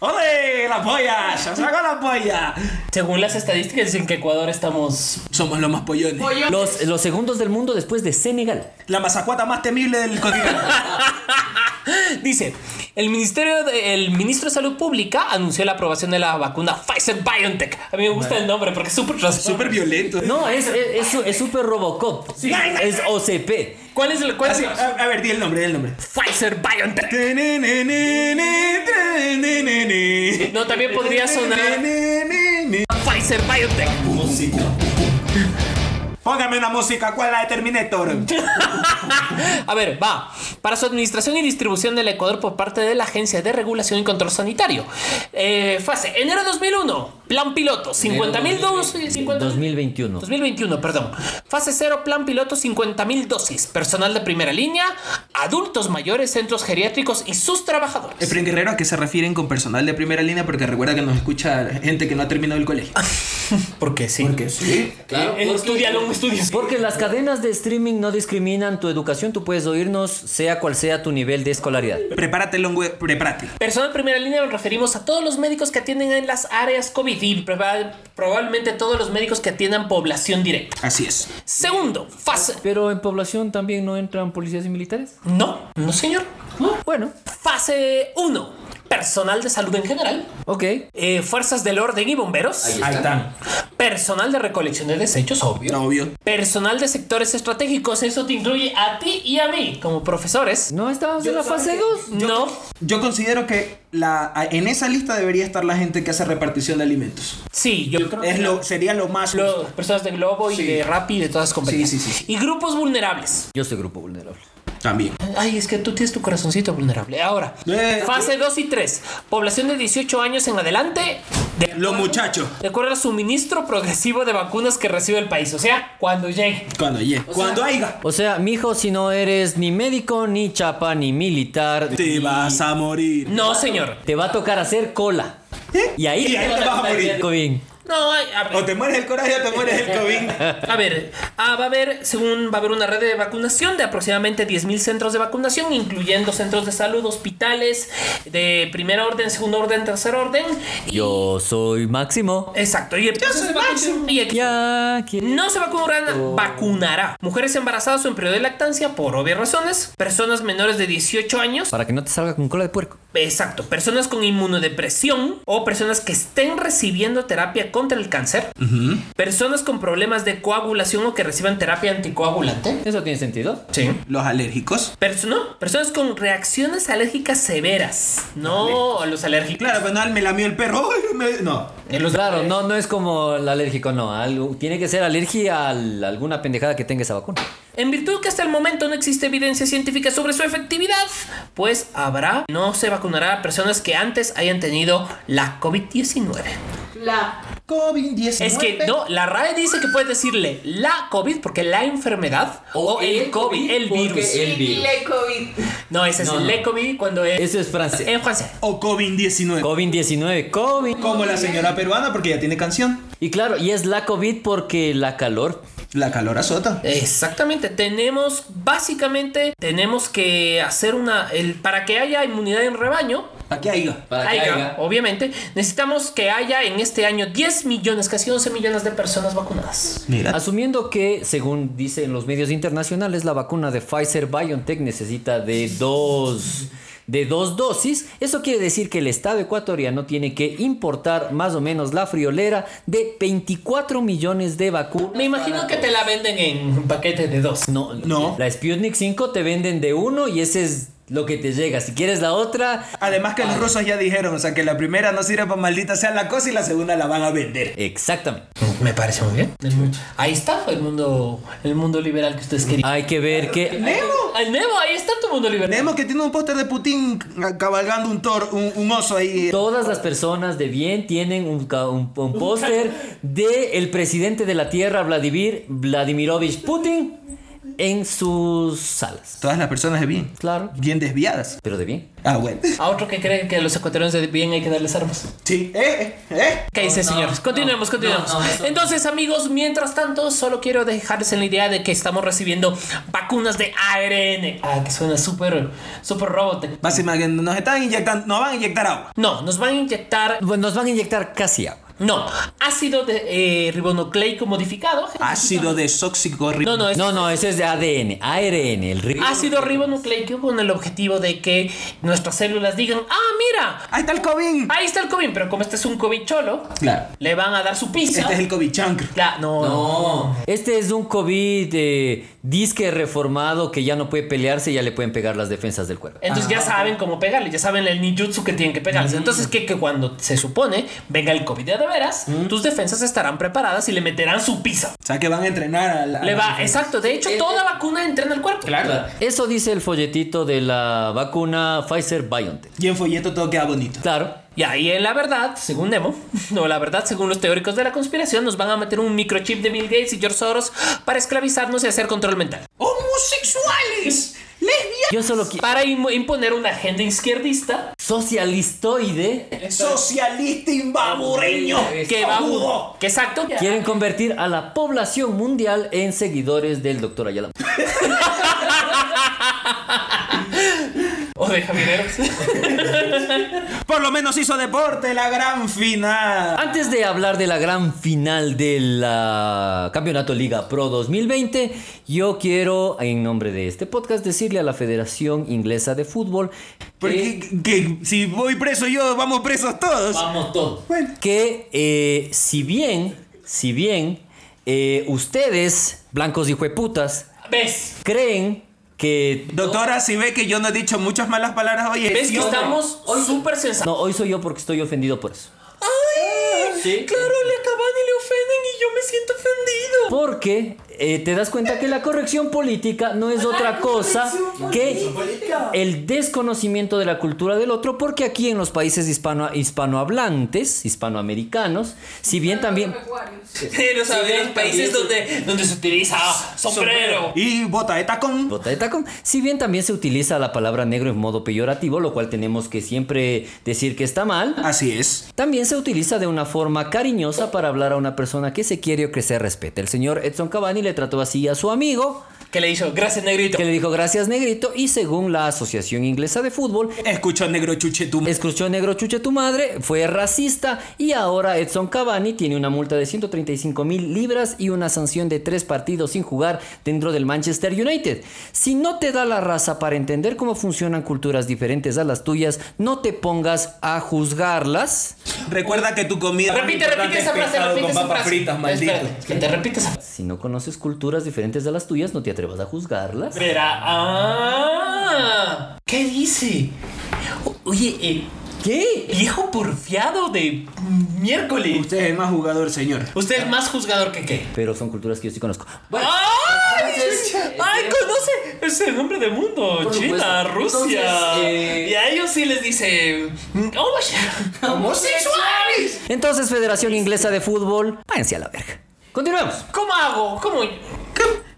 [SPEAKER 4] ¡Ole! ¡La polla! ¡Se saca la polla!
[SPEAKER 5] Según las estadísticas dicen que Ecuador estamos...
[SPEAKER 4] Somos los más pollones.
[SPEAKER 7] Pollo.
[SPEAKER 2] Los, los segundos del mundo después de Senegal.
[SPEAKER 4] La mazacuata más temible del continente.
[SPEAKER 5] Dice, el ministerio de- el ministro de Salud Pública anunció la aprobación de la vacuna Pfizer BioNTech. A mí me gusta el nombre porque es súper transparente.
[SPEAKER 4] Súper violento.
[SPEAKER 2] No, es es es super Robocop. Es OCP.
[SPEAKER 5] ¿Cuál es el cuál es
[SPEAKER 4] Así,
[SPEAKER 5] el-
[SPEAKER 4] a, a ver, di el nombre, di el nombre.
[SPEAKER 5] Pfizer BioNTech? No, también podría sonar Pfizer BioNTech.
[SPEAKER 4] Póngame una música, ¿cuál la de Terminator?
[SPEAKER 5] A ver, va. Para su administración y distribución del Ecuador por parte de la Agencia de Regulación y Control Sanitario. Eh, fase, enero 2001, plan piloto, 50 mil dosis. 50
[SPEAKER 2] 2021.
[SPEAKER 5] 2021, perdón. Fase 0, plan piloto, 50.000 dosis. Personal de primera línea, adultos mayores, centros geriátricos y sus trabajadores.
[SPEAKER 4] Efren Guerrero, ¿a qué se refieren con personal de primera línea? Porque recuerda que nos escucha gente que no ha terminado el colegio.
[SPEAKER 5] Porque sí.
[SPEAKER 4] Porque sí.
[SPEAKER 5] Claro, Eh,
[SPEAKER 2] Eh,
[SPEAKER 5] estudia, no estudia.
[SPEAKER 2] Porque las cadenas de streaming no discriminan tu educación, tú puedes oírnos sea cual sea tu nivel de escolaridad.
[SPEAKER 4] Prepárate, Longwe, prepárate.
[SPEAKER 5] Personal de primera línea nos referimos a todos los médicos que atienden en las áreas COVID y proba- probablemente todos los médicos que atiendan población directa.
[SPEAKER 4] Así es.
[SPEAKER 5] Segundo, fase.
[SPEAKER 2] Pero en población también no entran policías y militares.
[SPEAKER 5] No, no señor.
[SPEAKER 2] Bueno,
[SPEAKER 5] Fase 1, personal de salud en general,
[SPEAKER 2] ok.
[SPEAKER 5] eh, fuerzas del orden y bomberos,
[SPEAKER 4] Ahí está.
[SPEAKER 5] personal de recolección de desechos, obvio.
[SPEAKER 4] Era obvio.
[SPEAKER 5] Personal de sectores estratégicos, eso te incluye a ti y a mí como profesores.
[SPEAKER 2] ¿No estábamos en la fase 2?
[SPEAKER 5] No,
[SPEAKER 4] Yo considero que la, en esa lista debería estar la gente que hace repartición de alimentos.
[SPEAKER 5] sí, yo creo que
[SPEAKER 4] Es lo, sería lo más...
[SPEAKER 5] lo- personas de Globo y de Rappi y de todas las compañías.
[SPEAKER 4] Sí, sí, sí, sí.
[SPEAKER 5] Y grupos vulnerables.
[SPEAKER 2] Yo soy grupo vulnerable.
[SPEAKER 4] También.
[SPEAKER 5] Ay, es que tú tienes tu corazoncito vulnerable. Ahora,
[SPEAKER 4] Eh,
[SPEAKER 5] fase 2 y 3. Población de 18 años en adelante. De,
[SPEAKER 4] Los muchachos.
[SPEAKER 5] de acuerdo al suministro progresivo de vacunas que recibe el país. O sea, cuando llegue.
[SPEAKER 4] Cuando llegue. Cuando haya.
[SPEAKER 2] O sea, mijo, si no eres ni médico, ni chapa, ni militar,
[SPEAKER 4] Te vas a morir.
[SPEAKER 5] No, señor.
[SPEAKER 2] te va a tocar hacer cola. ¿Eh? Y ahí,
[SPEAKER 4] Y ahí te vas a morir.
[SPEAKER 2] Covid.
[SPEAKER 5] No, ay, a ver.
[SPEAKER 4] O te mueres el coraje o te mueres el COVID.
[SPEAKER 5] A ver, ah, va a haber, según va a haber una red de vacunación de aproximadamente 10.000 centros de vacunación, incluyendo centros de salud, hospitales de primer orden, segundo orden, tercer orden. y-
[SPEAKER 2] Yo soy Máximo.
[SPEAKER 5] Exacto, y el proceso de vacunación- y el-
[SPEAKER 2] Ya quiero.
[SPEAKER 5] No se vacunarán, vacunará. Mujeres embarazadas o en periodo de lactancia, por obvias razones. Personas menores de 18 años.
[SPEAKER 2] Para que no te salga con cola de puerco.
[SPEAKER 5] Exacto, personas con inmunodepresión o personas que estén recibiendo terapia contra el cáncer. Personas con problemas de coagulación o que reciban terapia anticoagulante.
[SPEAKER 2] ¿Eso tiene sentido?
[SPEAKER 5] Sí.
[SPEAKER 4] Los alérgicos.
[SPEAKER 5] Perso- no, personas con reacciones alérgicas severas. No, a los alérgicos.
[SPEAKER 4] Claro, pues no, me lamió el perro. Ay, me- No.
[SPEAKER 5] A los-
[SPEAKER 2] Claro, no, no es como el alérgico, no. Algo, tiene que ser alergia a al- alguna pendejada que tenga esa vacuna.
[SPEAKER 5] En virtud que hasta el momento no existe evidencia científica sobre su efectividad, pues habrá, no se vacunará a personas que antes hayan tenido la COVID-19.
[SPEAKER 7] La.
[SPEAKER 4] COVID-19.
[SPEAKER 5] Es que no, la RAE dice que puedes decirle la COVID porque la enfermedad o, el COVID, el virus.
[SPEAKER 2] El virus.
[SPEAKER 7] Le COVID.
[SPEAKER 5] No, ese es
[SPEAKER 2] No,
[SPEAKER 5] el
[SPEAKER 2] no.
[SPEAKER 5] le COVID cuando es
[SPEAKER 2] Eso es francés.
[SPEAKER 5] en francés.
[SPEAKER 4] O COVID-19.
[SPEAKER 2] COVID-19, COVID.
[SPEAKER 4] Como la señora peruana, porque ya tiene canción.
[SPEAKER 2] Y claro, y es la COVID porque la calor.
[SPEAKER 4] La calor azota.
[SPEAKER 5] Exactamente, tenemos básicamente tenemos que hacer una el para que haya inmunidad en rebaño.
[SPEAKER 4] Aquí haya.
[SPEAKER 5] haya, obviamente, necesitamos que haya en este año 10 millones, casi 11 millones de personas vacunadas.
[SPEAKER 4] Mira.
[SPEAKER 2] Asumiendo que, según dicen los medios internacionales, la vacuna de Pfizer BioNTech necesita de dos, de dos dosis, eso quiere decir que el Estado ecuatoriano tiene que importar más o menos la friolera de 24 millones de vacunas.
[SPEAKER 5] Me imagino que te la venden en un paquete de dos.
[SPEAKER 2] No,
[SPEAKER 4] No.
[SPEAKER 2] La Sputnik 5 te venden de uno y ese es Lo que te llega. Si quieres la otra,
[SPEAKER 4] Además que los rusos ya dijeron, o sea, que la primera no sirve para maldita sea la cosa y la segunda la van a vender.
[SPEAKER 2] exactamente.
[SPEAKER 5] Me parece muy bien. El mu- Ahí está el mundo, el mundo liberal que ustedes querían.
[SPEAKER 2] Hay que ver que.
[SPEAKER 4] Nemo.
[SPEAKER 5] Ay, Nemo, ahí está tu mundo liberal.
[SPEAKER 4] Nemo que tiene un póster de Putin ca- cabalgando un, toro, un, un oso ahí.
[SPEAKER 2] Todas las personas de bien tienen un, ca- un, un póster de el presidente de la Tierra, Vladimir Vladimirovich Putin, en sus salas.
[SPEAKER 4] Todas las personas de bien.
[SPEAKER 2] Claro,
[SPEAKER 4] Bien desviadas.
[SPEAKER 2] pero de bien.
[SPEAKER 4] Ah, bueno.
[SPEAKER 5] A otro que cree que a los ecuatorianos de bien hay que darles armas.
[SPEAKER 4] Sí. Eh, eh, eh.
[SPEAKER 5] ¿Qué dice, señores? Continuemos, continuemos. Entonces, amigos, mientras tanto, solo quiero dejarles en la idea de que estamos recibiendo vacunas de ARN. Ah, que suena súper, súper robot.
[SPEAKER 4] Máxima que nos están inyectando, nos van a inyectar agua.
[SPEAKER 5] No, nos van a inyectar.
[SPEAKER 2] Bueno, Nos van a inyectar casi agua.
[SPEAKER 5] No, ácido de, eh, ribonucleico modificado.
[SPEAKER 4] Ácido desóxico
[SPEAKER 5] No, no, es
[SPEAKER 2] No, no, ese es de ADN, ARN, el río.
[SPEAKER 5] ácido ribonucleico con el objetivo de que nuestras células digan: ¡Ah, mira!
[SPEAKER 4] Ahí está el COVID.
[SPEAKER 5] Ahí está el COVID. Pero como este es un COVID cholo,
[SPEAKER 4] Claro.
[SPEAKER 5] le van a dar su pizza.
[SPEAKER 4] Este es el COVID chancro.
[SPEAKER 5] Ya, no, no.
[SPEAKER 2] Este es un COVID eh, disque reformado que ya no puede pelearse y ya le pueden pegar las defensas del cuerpo.
[SPEAKER 5] Entonces ya saben cómo pegarle, ya saben el ninjutsu que tienen que pegarles. Entonces que, que cuando se supone venga el COVID de de veras, tus defensas estarán preparadas y le meterán su pizza.
[SPEAKER 4] O sea que van a entrenar a la.
[SPEAKER 5] Le va, exacto. De hecho, toda vacuna entrena el cuerpo. Claro.
[SPEAKER 2] Eso dice el folletito de la vacuna Pfizer BioNTech.
[SPEAKER 4] Y en folleto todo queda bonito.
[SPEAKER 2] Claro,
[SPEAKER 5] Y ahí en la verdad, según Nemo, no, la verdad, según los teóricos de la conspiración, nos van a meter un microchip de Bill Gates y George Soros para esclavizarnos y hacer control mental.
[SPEAKER 4] ¡Homosexuales! ¡Lesbianas!
[SPEAKER 2] yo solo quiero.
[SPEAKER 5] Para im- imponer una agenda izquierdista
[SPEAKER 2] Socialistoide.
[SPEAKER 4] ¡Socialista imbabureño!
[SPEAKER 5] que va a... Que exacto.
[SPEAKER 2] Quieren convertir a la población mundial en seguidores del doctor Ayala.
[SPEAKER 5] O de Javier Heros.
[SPEAKER 4] Por lo menos hizo deporte la gran final.
[SPEAKER 2] Antes de hablar de la gran final del ah, Campeonato Liga Pro 2020, yo quiero, en nombre de este podcast, decirle a la Federación Inglesa de Fútbol
[SPEAKER 4] Porque que- si voy preso yo, vamos presos todos.
[SPEAKER 2] Vamos todos.
[SPEAKER 4] Bueno.
[SPEAKER 2] Que eh, si bien, si bien eh, ustedes, blancos y hueputas,
[SPEAKER 5] ¿Ves?
[SPEAKER 2] creen que...
[SPEAKER 4] Doctora, si ve que yo no he dicho muchas malas palabras hoy.
[SPEAKER 5] ¿Ves
[SPEAKER 4] sí,
[SPEAKER 5] que
[SPEAKER 4] hombre.
[SPEAKER 5] estamos súper sensatos?
[SPEAKER 2] No, hoy soy yo porque estoy ofendido por eso.
[SPEAKER 5] ¡Ay! Claro, le acaban y le ofenden y yo me siento ofendido.
[SPEAKER 2] Porque eh, te das cuenta que la corrección política no es otra cosa que el desconocimiento de la cultura del otro, porque aquí en los países hispano, hispanohablantes, hispanoamericanos, si bien también...
[SPEAKER 5] Pero sabes, los países donde, donde se utiliza Ah, sombrero.
[SPEAKER 4] Y bota de tacón.
[SPEAKER 2] Bota de tacón. Si bien también se utiliza la palabra negro en modo peyorativo, lo cual tenemos que siempre decir que está mal,
[SPEAKER 4] Así es.
[SPEAKER 2] también se utiliza de una forma cariñosa para hablar a una persona que se quiere o que se respete. El señor Edson Cavani le trató así a su amigo,
[SPEAKER 5] Que le hizo, gracias, negrito.
[SPEAKER 2] que le dijo gracias negrito, y según la Asociación Inglesa de Fútbol,
[SPEAKER 4] Escucho negro chuche tu m-
[SPEAKER 2] escuchó negro chuche tu madre, fue racista y ahora Edson Cavani tiene una multa de 135 mil libras y una sanción de tres partidos sin jugar dentro del Manchester United. Si no te da la raza para entender cómo funcionan culturas diferentes a las tuyas, no te pongas a juzgarlas.
[SPEAKER 4] Recuerda que tu comida.
[SPEAKER 5] Repite, repite esa frase,
[SPEAKER 4] Pescado
[SPEAKER 5] repite
[SPEAKER 4] con
[SPEAKER 5] esa
[SPEAKER 4] papas
[SPEAKER 5] frase.
[SPEAKER 4] fritas, maldito.
[SPEAKER 5] Espérate, que te repite esa frase.
[SPEAKER 2] Si no conoces culturas diferentes a las tuyas, no te atrevas a juzgarlas.
[SPEAKER 5] Verá, ah, ¿Qué dice? O- Oye, eh,
[SPEAKER 2] ¿Qué?
[SPEAKER 5] viejo porfiado de miércoles.
[SPEAKER 4] Usted es el más jugador, señor.
[SPEAKER 5] Usted es más juzgador que qué.
[SPEAKER 2] Pero son culturas que yo sí conozco.
[SPEAKER 5] ¡Ay! ¡Ay, conoce! Es el nombre del mundo. China,
[SPEAKER 2] supuesto.
[SPEAKER 5] Rusia.
[SPEAKER 2] Entonces, eh,
[SPEAKER 5] Y a ellos sí les dice. "Oh, "Homosexuales". ¡Homosexuales!
[SPEAKER 2] Entonces, Federación Inglesa de Fútbol, váyanse a la verga. Continuemos.
[SPEAKER 5] ¿Cómo hago? ¿Cómo?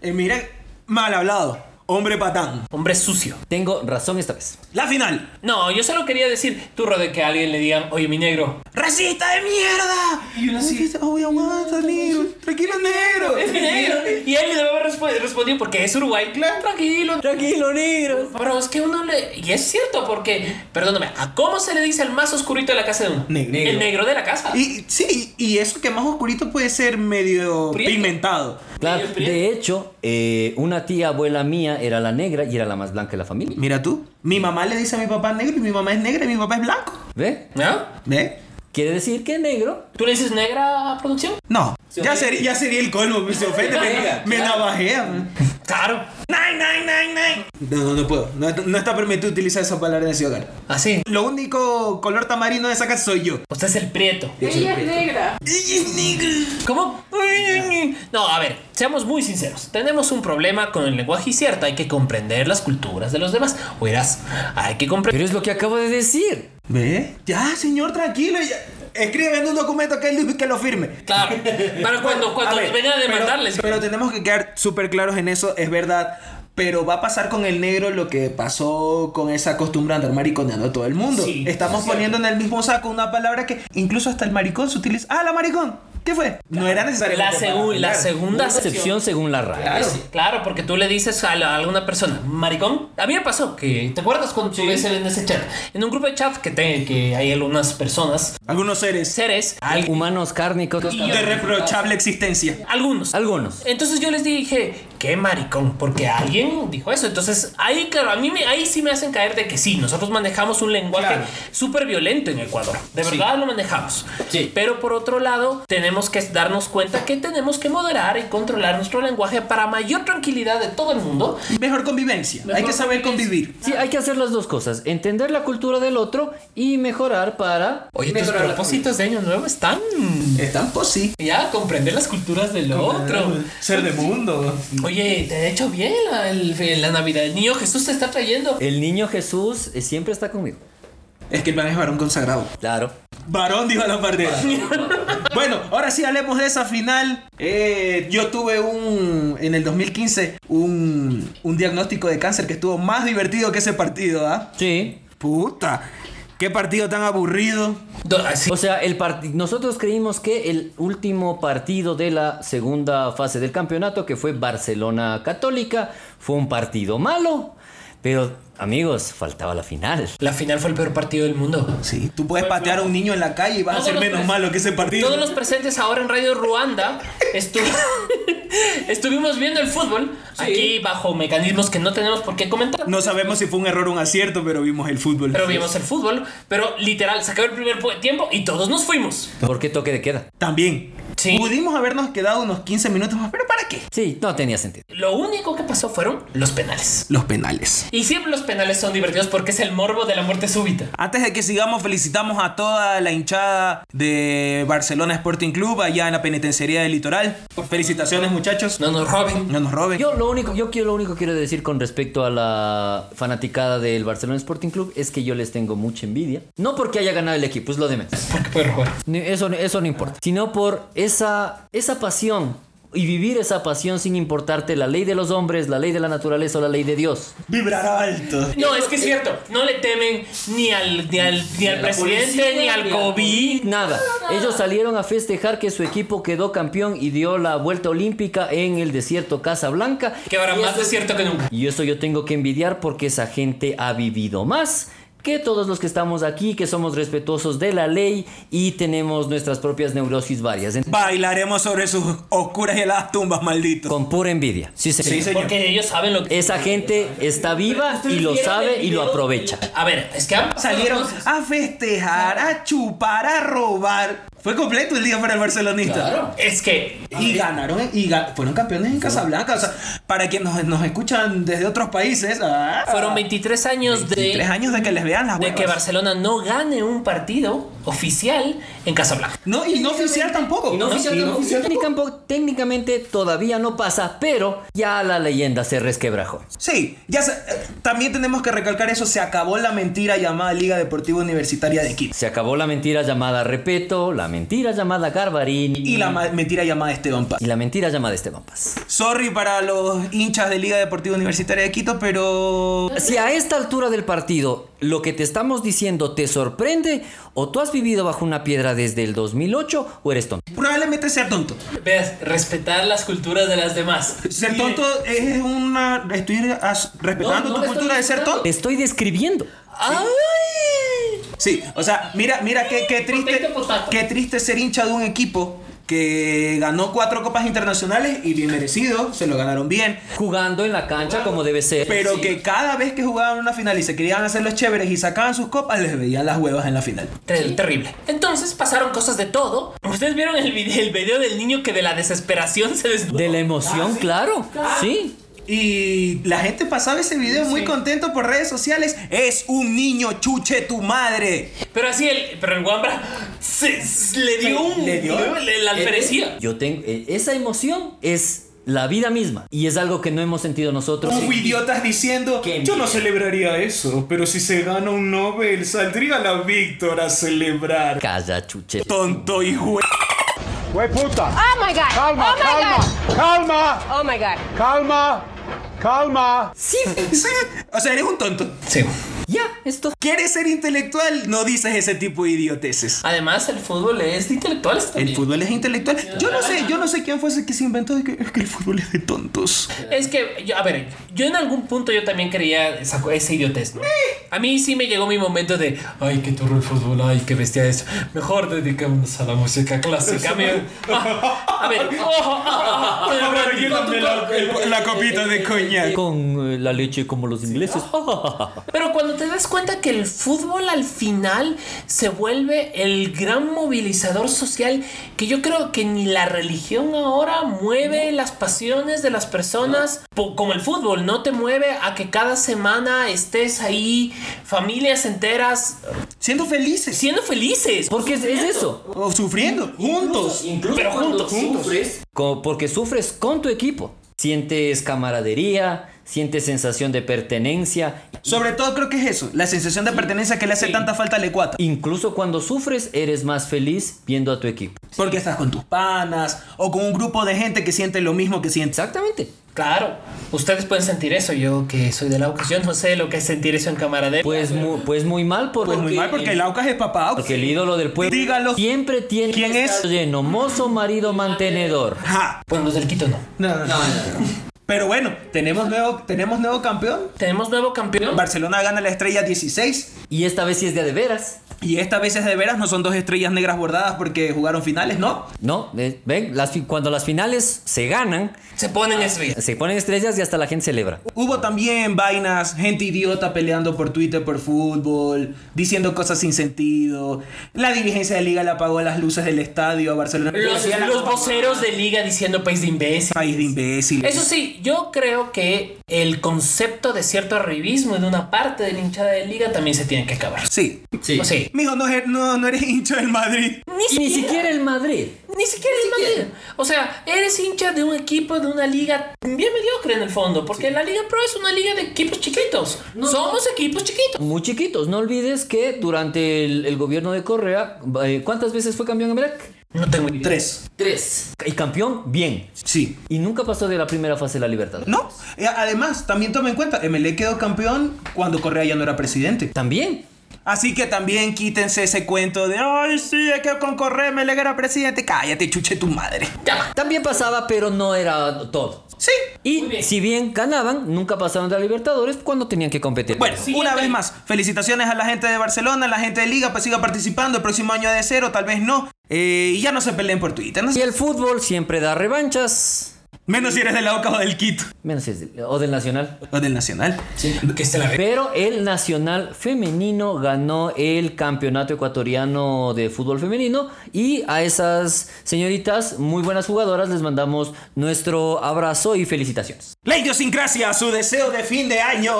[SPEAKER 4] Eh, mira, mal hablado. Hombre patán.
[SPEAKER 5] Hombre sucio.
[SPEAKER 2] Tengo razón esta vez.
[SPEAKER 4] La final.
[SPEAKER 5] No, yo solo quería decir, tú de que a alguien le digan, oye, mi negro.
[SPEAKER 4] ¡Racista de mierda! Y uno así. Oye, aguanta, negro. Tranquilo,
[SPEAKER 5] "Mi
[SPEAKER 4] negro.
[SPEAKER 5] negro". Y él le haber respo- respondido porque es Uruguay. Claro, tranquilo.
[SPEAKER 2] Tranquilo, negro.
[SPEAKER 5] Pero es que uno le. Y es cierto, porque. Perdóname, ¿a cómo se le dice el más oscurito de la casa de uno?
[SPEAKER 4] Negro.
[SPEAKER 5] El negro de la casa.
[SPEAKER 4] Y sí, y eso que más oscurito puede ser medio
[SPEAKER 5] Prieto.
[SPEAKER 4] pimentado.
[SPEAKER 2] Claro,
[SPEAKER 5] Medio prieto.
[SPEAKER 2] de hecho, eh, una tía abuela mía era la negra y era la más blanca de la familia.
[SPEAKER 4] Mira tú, mi mamá le dice a mi papá negro y mi mamá es negra y mi papá es blanco.
[SPEAKER 2] ¿Ve?
[SPEAKER 5] ¿No?
[SPEAKER 4] ¿Ve?
[SPEAKER 2] Quiere decir que negro.
[SPEAKER 5] ¿Tú le dices negra a producción?
[SPEAKER 4] No, ya sería, ya sería el colmo, se ofende, me, me navajea. man.
[SPEAKER 5] Claro.
[SPEAKER 4] Nine, nine, nine, nine. No, no, no puedo. No, no está permitido utilizar esa palabra en ese hogar.
[SPEAKER 5] Así.
[SPEAKER 4] Lo único color tamarino de esa casa soy yo.
[SPEAKER 5] Usted es el prieto.
[SPEAKER 4] Yo soy
[SPEAKER 7] Ella es
[SPEAKER 4] prieto.
[SPEAKER 7] negra.
[SPEAKER 5] ¿Cómo? No, a ver, seamos muy sinceros. Tenemos un problema con el lenguaje y cierto. Hay que comprender las culturas de los demás. Oirás, hay que comprender.
[SPEAKER 2] Pero es lo que acabo de decir.
[SPEAKER 4] ¿Ve? Ya, señor, tranquilo. ya. Escriben un documento que, él- que lo firme.
[SPEAKER 5] Claro. Para cuando, cuando
[SPEAKER 4] A ver,
[SPEAKER 5] vengan a
[SPEAKER 4] pero-
[SPEAKER 5] demandarles.
[SPEAKER 4] Pero, tenemos que quedar súper claros en eso, es verdad. Pero va a pasar con el negro lo que pasó con esa costumbre de andar mariconeando a todo el mundo.
[SPEAKER 5] Sí,
[SPEAKER 4] Estamos poniendo en el mismo saco una palabra que incluso hasta el maricón se utiliza. ¡Ah, la maricón! ¿Qué fue? No era necesario.
[SPEAKER 5] la, segu- la
[SPEAKER 2] Una
[SPEAKER 5] segunda excepción.
[SPEAKER 2] excepción según la RAE.
[SPEAKER 5] Claro. porque tú le dices a, la- a alguna persona, maricón. A mí me pasó que, ¿te acuerdas cuando estuve en ese chat? En un grupo de chat que, te- que hay algunas personas,
[SPEAKER 4] Algunos seres
[SPEAKER 5] seres, al-
[SPEAKER 2] Humanos cárnicos.
[SPEAKER 4] de reprochable existencia.
[SPEAKER 5] algunos.
[SPEAKER 2] Algunos.
[SPEAKER 5] Entonces yo les dije, qué maricón, porque alguien dijo eso. Entonces ahí, claro, a mí me- ahí sí me hacen caer de que sí, nosotros manejamos un lenguaje
[SPEAKER 4] Claro.
[SPEAKER 5] súper violento en Ecuador. De verdad lo manejamos.
[SPEAKER 2] Sí.
[SPEAKER 5] Pero por otro lado, tenemos que darnos cuenta que tenemos que moderar y controlar nuestro lenguaje para mayor tranquilidad de todo el mundo.
[SPEAKER 4] Mejor convivencia. Hay que saber convivir.
[SPEAKER 2] Sí, hay que hacer las dos cosas. Entender la cultura del otro y mejorar para...
[SPEAKER 5] Oye, tus propósitos de año nuevo están
[SPEAKER 4] Están por sí.
[SPEAKER 5] ya comprender las culturas del otro.
[SPEAKER 4] Ser de mundo.
[SPEAKER 5] Oye, te ha hecho bien la, el- la Navidad. El niño Jesús te está trayendo.
[SPEAKER 2] El niño Jesús eh, siempre está conmigo.
[SPEAKER 4] Es que el man es varón consagrado.
[SPEAKER 2] Claro.
[SPEAKER 4] Varón dijo la partida. bueno, ahora sí hablemos de esa final. Eh, yo tuve un en el 2015 un, un diagnóstico de cáncer que estuvo más divertido que ese partido, ¿ah?
[SPEAKER 2] Sí.
[SPEAKER 4] Puta. Qué partido tan aburrido.
[SPEAKER 5] Do- así-
[SPEAKER 2] O sea, el parti- nosotros creímos que el último partido de la segunda fase del campeonato, que fue Barcelona Católica, fue un partido malo. Pero, amigos, faltaba la final.
[SPEAKER 5] La final fue el peor partido del mundo.
[SPEAKER 4] Sí, tú puedes patear a un niño en la calle y vas a
[SPEAKER 5] Todos
[SPEAKER 4] ser
[SPEAKER 5] los
[SPEAKER 4] menos
[SPEAKER 5] pres-
[SPEAKER 4] malo que ese partido.
[SPEAKER 5] Todos los presentes ahora en Radio Ruanda estu- estuvimos viendo el fútbol aquí bajo mecanismos que no tenemos por qué comentar.
[SPEAKER 4] No sabemos si fue un error o un acierto, pero vimos el fútbol.
[SPEAKER 5] Pero vimos el fútbol, pero literal, se acabó el primer pu- tiempo y todos nos fuimos.
[SPEAKER 2] ¿Por qué toque de queda?
[SPEAKER 4] También.
[SPEAKER 5] Sí.
[SPEAKER 4] Pudimos habernos quedado unos 15 minutos más, pero ¿para qué?
[SPEAKER 2] Sí, no tenía sentido.
[SPEAKER 5] Lo único que pasó fueron los penales.
[SPEAKER 4] Los penales.
[SPEAKER 5] Y siempre los penales son divertidos porque es el morbo de la muerte súbita.
[SPEAKER 4] Antes de que sigamos, felicitamos a toda la hinchada de Barcelona Sporting Club allá en la penitenciaría del litoral. Felicitaciones, muchachos.
[SPEAKER 5] No nos roben.
[SPEAKER 4] No nos roben.
[SPEAKER 2] Yo lo único, yo quiero, lo único que quiero decir con respecto a la fanaticada del Barcelona Sporting Club es que yo les tengo mucha envidia. No porque haya ganado el equipo, es lo de menos.
[SPEAKER 5] Porque puede robar.
[SPEAKER 2] Ni- Eso, eso no importa. Sino por esa, esa pasión y vivir esa pasión sin importarte la ley de los hombres, la ley de la naturaleza o la ley de Dios.
[SPEAKER 4] Vibrar alto.
[SPEAKER 5] No, es que es cierto. No le temen ni al, ni al, ni al presidente, ni al COVID.
[SPEAKER 2] Nada. Ellos salieron a festejar que su equipo quedó campeón y dio la vuelta olímpica en el desierto Casablanca.
[SPEAKER 5] Que ahora
[SPEAKER 2] Y
[SPEAKER 5] más
[SPEAKER 2] eso-
[SPEAKER 5] desierto que nunca.
[SPEAKER 2] Y eso yo tengo que envidiar porque esa gente ha vivido más que todos los que estamos aquí, que somos respetuosos de la ley y tenemos nuestras propias neurosis varias. En-
[SPEAKER 4] Bailaremos sobre sus oscuras y heladas tumbas, malditos.
[SPEAKER 2] Con pura envidia. Sí, señor.
[SPEAKER 4] Sí, señor.
[SPEAKER 5] Porque ellos saben lo que
[SPEAKER 2] Esa gente está viva y lo sabe y lo aprovecha.
[SPEAKER 5] A ver, es que han pasado
[SPEAKER 4] Salieron
[SPEAKER 5] cosas.
[SPEAKER 4] a festejar, a chupar, a robar. Fue completo el día para el barcelonista.
[SPEAKER 5] Es que
[SPEAKER 4] Y ganaron eh, y ga- fueron campeones en Casablanca. O sea, para quienes nos, nos escuchan desde otros países, ah,
[SPEAKER 5] fueron 23 años
[SPEAKER 4] tres
[SPEAKER 5] de,
[SPEAKER 4] años de que les vean las
[SPEAKER 5] de que
[SPEAKER 4] huevas.
[SPEAKER 5] Barcelona no gane un partido oficial en Casablanca.
[SPEAKER 4] No, y no oficial tampoco.
[SPEAKER 5] no oficial
[SPEAKER 4] Y no
[SPEAKER 5] tampoco.
[SPEAKER 4] oficial
[SPEAKER 2] Técnica- técnicamente todavía no pasa, pero ya la leyenda se resquebrajó.
[SPEAKER 4] Sí, ya se- eh, también tenemos que recalcar eso, se acabó la mentira llamada Liga Deportiva Universitaria de Quito.
[SPEAKER 2] Se acabó la mentira llamada Repeto, la mentira llamada Garbarín
[SPEAKER 4] Y la ma- mentira llamada Esteban Paz.
[SPEAKER 2] y la mentira llamada Esteban Paz.
[SPEAKER 4] Sorry para los hinchas de Liga Deportiva Universitaria de Quito, pero...
[SPEAKER 2] Si a esta altura del partido lo que te estamos diciendo te sorprende, o tú has vivido bajo una piedra desde el 2008 o eres tonto.
[SPEAKER 4] Probablemente sea tonto.
[SPEAKER 5] Veas, respetar las culturas de las demás.
[SPEAKER 4] Ser tonto es una... Estoy as- respetando
[SPEAKER 5] No, no
[SPEAKER 4] tu
[SPEAKER 5] le
[SPEAKER 4] cultura de
[SPEAKER 5] estoy
[SPEAKER 4] ser tonto.
[SPEAKER 2] Te estoy describiendo.
[SPEAKER 5] ¡Ay!
[SPEAKER 4] Sí, o sea, mira, mira qué, qué triste...
[SPEAKER 5] Potato, potato.
[SPEAKER 4] Qué triste ser hincha de un equipo que ganó cuatro copas internacionales y bien merecido, se lo ganaron bien.
[SPEAKER 2] Jugando en la cancha como debe ser.
[SPEAKER 4] Pero que cada vez que jugaban una final y se querían hacer los chéveres y sacaban sus copas, les veían las huevas en la final.
[SPEAKER 5] Ter- Terrible. Entonces pasaron cosas de todo. Ustedes vieron el video, el video del niño que de la desesperación se desnudó.
[SPEAKER 2] De la emoción, claro. Sí.
[SPEAKER 4] Y Y la gente pasaba ese video muy contento por redes sociales. Es un niño, chuche tu madre.
[SPEAKER 5] Pero así el. Pero el Wambra se- se- le dio un.
[SPEAKER 4] ¿Le dio?
[SPEAKER 5] le- la alferecía.
[SPEAKER 2] Yo tengo eh, esa emoción es la vida misma y es algo que no hemos sentido nosotros.
[SPEAKER 4] Como idiotas diciendo,
[SPEAKER 2] Qué
[SPEAKER 4] yo no
[SPEAKER 2] mierda".
[SPEAKER 4] celebraría eso, pero si se gana un Nobel, saldría la Víctor a celebrar.
[SPEAKER 2] Calla, chuche.
[SPEAKER 4] Tonto hijo.
[SPEAKER 7] ¡Güey puta!
[SPEAKER 8] Oh my god.
[SPEAKER 7] ¡Calma,
[SPEAKER 8] oh my god.
[SPEAKER 7] calma!
[SPEAKER 8] Oh my god.
[SPEAKER 7] ¡Calma! ¡Calma!
[SPEAKER 2] Sí,
[SPEAKER 4] Sí, o sea, eres un tonto.
[SPEAKER 5] Sí.
[SPEAKER 2] ya, esto.
[SPEAKER 4] ¿Quieres ser intelectual? No dices ese tipo de idioteces.
[SPEAKER 5] Además, el fútbol es de intelectuales también.
[SPEAKER 4] El fútbol es intelectual. Yo no sé, yo no sé quién fue ese que se inventó de que, que el fútbol es de tontos.
[SPEAKER 5] Es que, yo- a ver, yo en algún punto yo también creía esa, co- esa idiotez, ¿no? A mí sí me llegó mi momento de, ay, qué turro el fútbol, ay, qué bestia es. Mejor dedicémonos a la música clásica. mi- Ah, a ver, ojo, ah, ah, ah,
[SPEAKER 4] La copita de coñac.
[SPEAKER 2] Con eh, la leche como los ingleses.
[SPEAKER 5] Pero cuando te das cuenta que el fútbol al final se vuelve el gran movilizador social, que yo creo que ni la religión ahora mueve las pasiones de las personas po- como el fútbol, no te mueve a que cada semana estés ahí, familias enteras,
[SPEAKER 4] Siendo felices.
[SPEAKER 5] siendo felices.
[SPEAKER 2] Porque es, es eso.
[SPEAKER 4] O sufriendo. Juntos.
[SPEAKER 5] Pero
[SPEAKER 2] cuando
[SPEAKER 5] juntos,
[SPEAKER 2] sufres, co- porque sufres con tu equipo. Sientes camaradería, sientes sensación de pertenencia.
[SPEAKER 4] Sobre todo creo que es eso. La sensación de pertenencia que le hace tanta falta al ecuata.
[SPEAKER 2] Incluso cuando sufres, eres más feliz viendo a tu equipo.
[SPEAKER 4] Porque estás con tus panas o con un grupo de gente que siente lo mismo que sientes.
[SPEAKER 2] Exactamente.
[SPEAKER 5] Claro, ustedes pueden sentir eso, yo que soy de la ocasión, no sé lo que es sentir eso en camaradería.
[SPEAKER 2] Pues, mu- pues muy mal por
[SPEAKER 4] Pues muy mal porque el Aucas es papá.
[SPEAKER 2] porque el ídolo del pueblo
[SPEAKER 4] Dígalo.
[SPEAKER 2] siempre tiene
[SPEAKER 4] ¿Quién
[SPEAKER 2] que
[SPEAKER 4] es?
[SPEAKER 2] estar lleno, mozo, marido, mantenedor.
[SPEAKER 4] Ja.
[SPEAKER 5] Bueno, pues, los del Quito no.
[SPEAKER 4] No, no, no. Pero bueno, tenemos nuevo, tenemos nuevo campeón.
[SPEAKER 5] Tenemos nuevo campeón.
[SPEAKER 4] Barcelona gana la estrella 16.
[SPEAKER 2] Y esta vez sí es de a de veras.
[SPEAKER 4] Y esta vez es de veras, no son dos estrellas negras bordadas porque jugaron finales, ¿no?
[SPEAKER 2] No, eh, ven, las fi- cuando las finales se ganan,
[SPEAKER 5] Se ponen estrellas.
[SPEAKER 2] se ponen estrellas y hasta la gente celebra.
[SPEAKER 4] Hubo también vainas, gente idiota peleando por Twitter, por fútbol, diciendo cosas sin sentido. La dirigencia de Liga le apagó las luces del estadio a Barcelona.
[SPEAKER 5] Los, "Ah".
[SPEAKER 4] Decía la
[SPEAKER 5] los
[SPEAKER 4] Copa-
[SPEAKER 5] voceros de liga diciendo país de imbéciles.
[SPEAKER 4] País de imbéciles.
[SPEAKER 5] Eso sí, yo creo que el concepto de cierto arribismo en una parte de la hinchada de liga también se tiene que acabar.
[SPEAKER 4] Sí.
[SPEAKER 5] Sí. O sea,
[SPEAKER 4] Mijo, no, eres- no, no eres hincha del Madrid.
[SPEAKER 2] Y ni siquiera el Madrid.
[SPEAKER 5] ni siquiera es Madrid. O sea, eres hincha de un equipo de una liga bien mediocre en el fondo, porque la Liga Pro es una liga de equipos chiquitos. Somos equipos chiquitos.
[SPEAKER 2] Muy chiquitos. No olvides que durante el, el gobierno de Correa, eh, ¿cuántas veces fue campeón Emelec?
[SPEAKER 5] No tengo idea.
[SPEAKER 4] Tres.
[SPEAKER 5] Tres.
[SPEAKER 2] Y campeón, bien.
[SPEAKER 4] Sí.
[SPEAKER 2] Y nunca pasó de la primera fase de la libertad.
[SPEAKER 4] No. eh, Además, también toma en cuenta, MLE quedó campeón cuando Correa ya no era presidente.
[SPEAKER 2] También.
[SPEAKER 4] Así que también quítense ese cuento de, ay, sí, es que con Correa MLE era presidente. Cállate, chuche tu madre.
[SPEAKER 2] También pasaba, pero no era todo.
[SPEAKER 4] Sí.
[SPEAKER 2] Y si bien ganaban, nunca pasaron de la Libertadores cuando tenían que competir.
[SPEAKER 4] Bueno, una vez más, felicitaciones a la gente de Barcelona, a la gente de Liga, pues siga participando. El próximo año ha de cero, tal vez no. Eh, y ya no se peleen por Twitter. ¿no?
[SPEAKER 2] y el fútbol siempre da revanchas.
[SPEAKER 4] Menos si eres de la OCA o del Quito.
[SPEAKER 2] Menos si es del- o del Nacional.
[SPEAKER 4] O del Nacional.
[SPEAKER 5] Que se la ve.
[SPEAKER 2] Pero el Nacional Femenino ganó el Campeonato Ecuatoriano de Fútbol Femenino y a esas señoritas, muy buenas jugadoras, les mandamos nuestro abrazo y felicitaciones.
[SPEAKER 4] La idiosincrasia, su deseo de fin de año.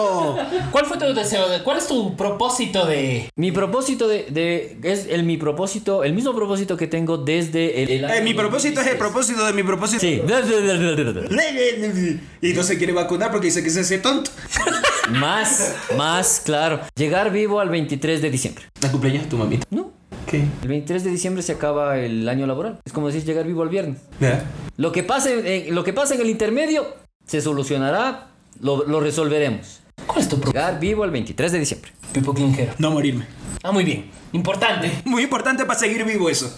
[SPEAKER 5] ¿Cuál fue tu deseo? de- ¿Cuál es tu propósito de
[SPEAKER 2] Mi propósito de, de- es el mi propósito, el mismo propósito que tengo desde el, el
[SPEAKER 4] Eh,
[SPEAKER 2] año
[SPEAKER 4] mi propósito es el
[SPEAKER 2] 2016.
[SPEAKER 4] propósito de mi propósito.
[SPEAKER 2] Sí.
[SPEAKER 4] Y no se quiere vacunar porque dice que se hace tonto.
[SPEAKER 2] más, más claro. Llegar vivo al 23 de diciembre.
[SPEAKER 4] ¿La cumpleaños tu mamita?
[SPEAKER 2] No.
[SPEAKER 4] ¿Qué?
[SPEAKER 2] El 23 de diciembre se acaba el año laboral. Es como decir llegar vivo al viernes.
[SPEAKER 4] Nada.
[SPEAKER 2] Lo que pase, eh, lo que pase en el intermedio se solucionará, lo, lo resolveremos.
[SPEAKER 5] ¿Cuál es tu propósito?
[SPEAKER 2] Llegar vivo el 23 de diciembre.
[SPEAKER 5] Pipo Clingero.
[SPEAKER 4] No morirme.
[SPEAKER 5] Ah, muy bien. Importante.
[SPEAKER 4] Muy importante para seguir vivo eso.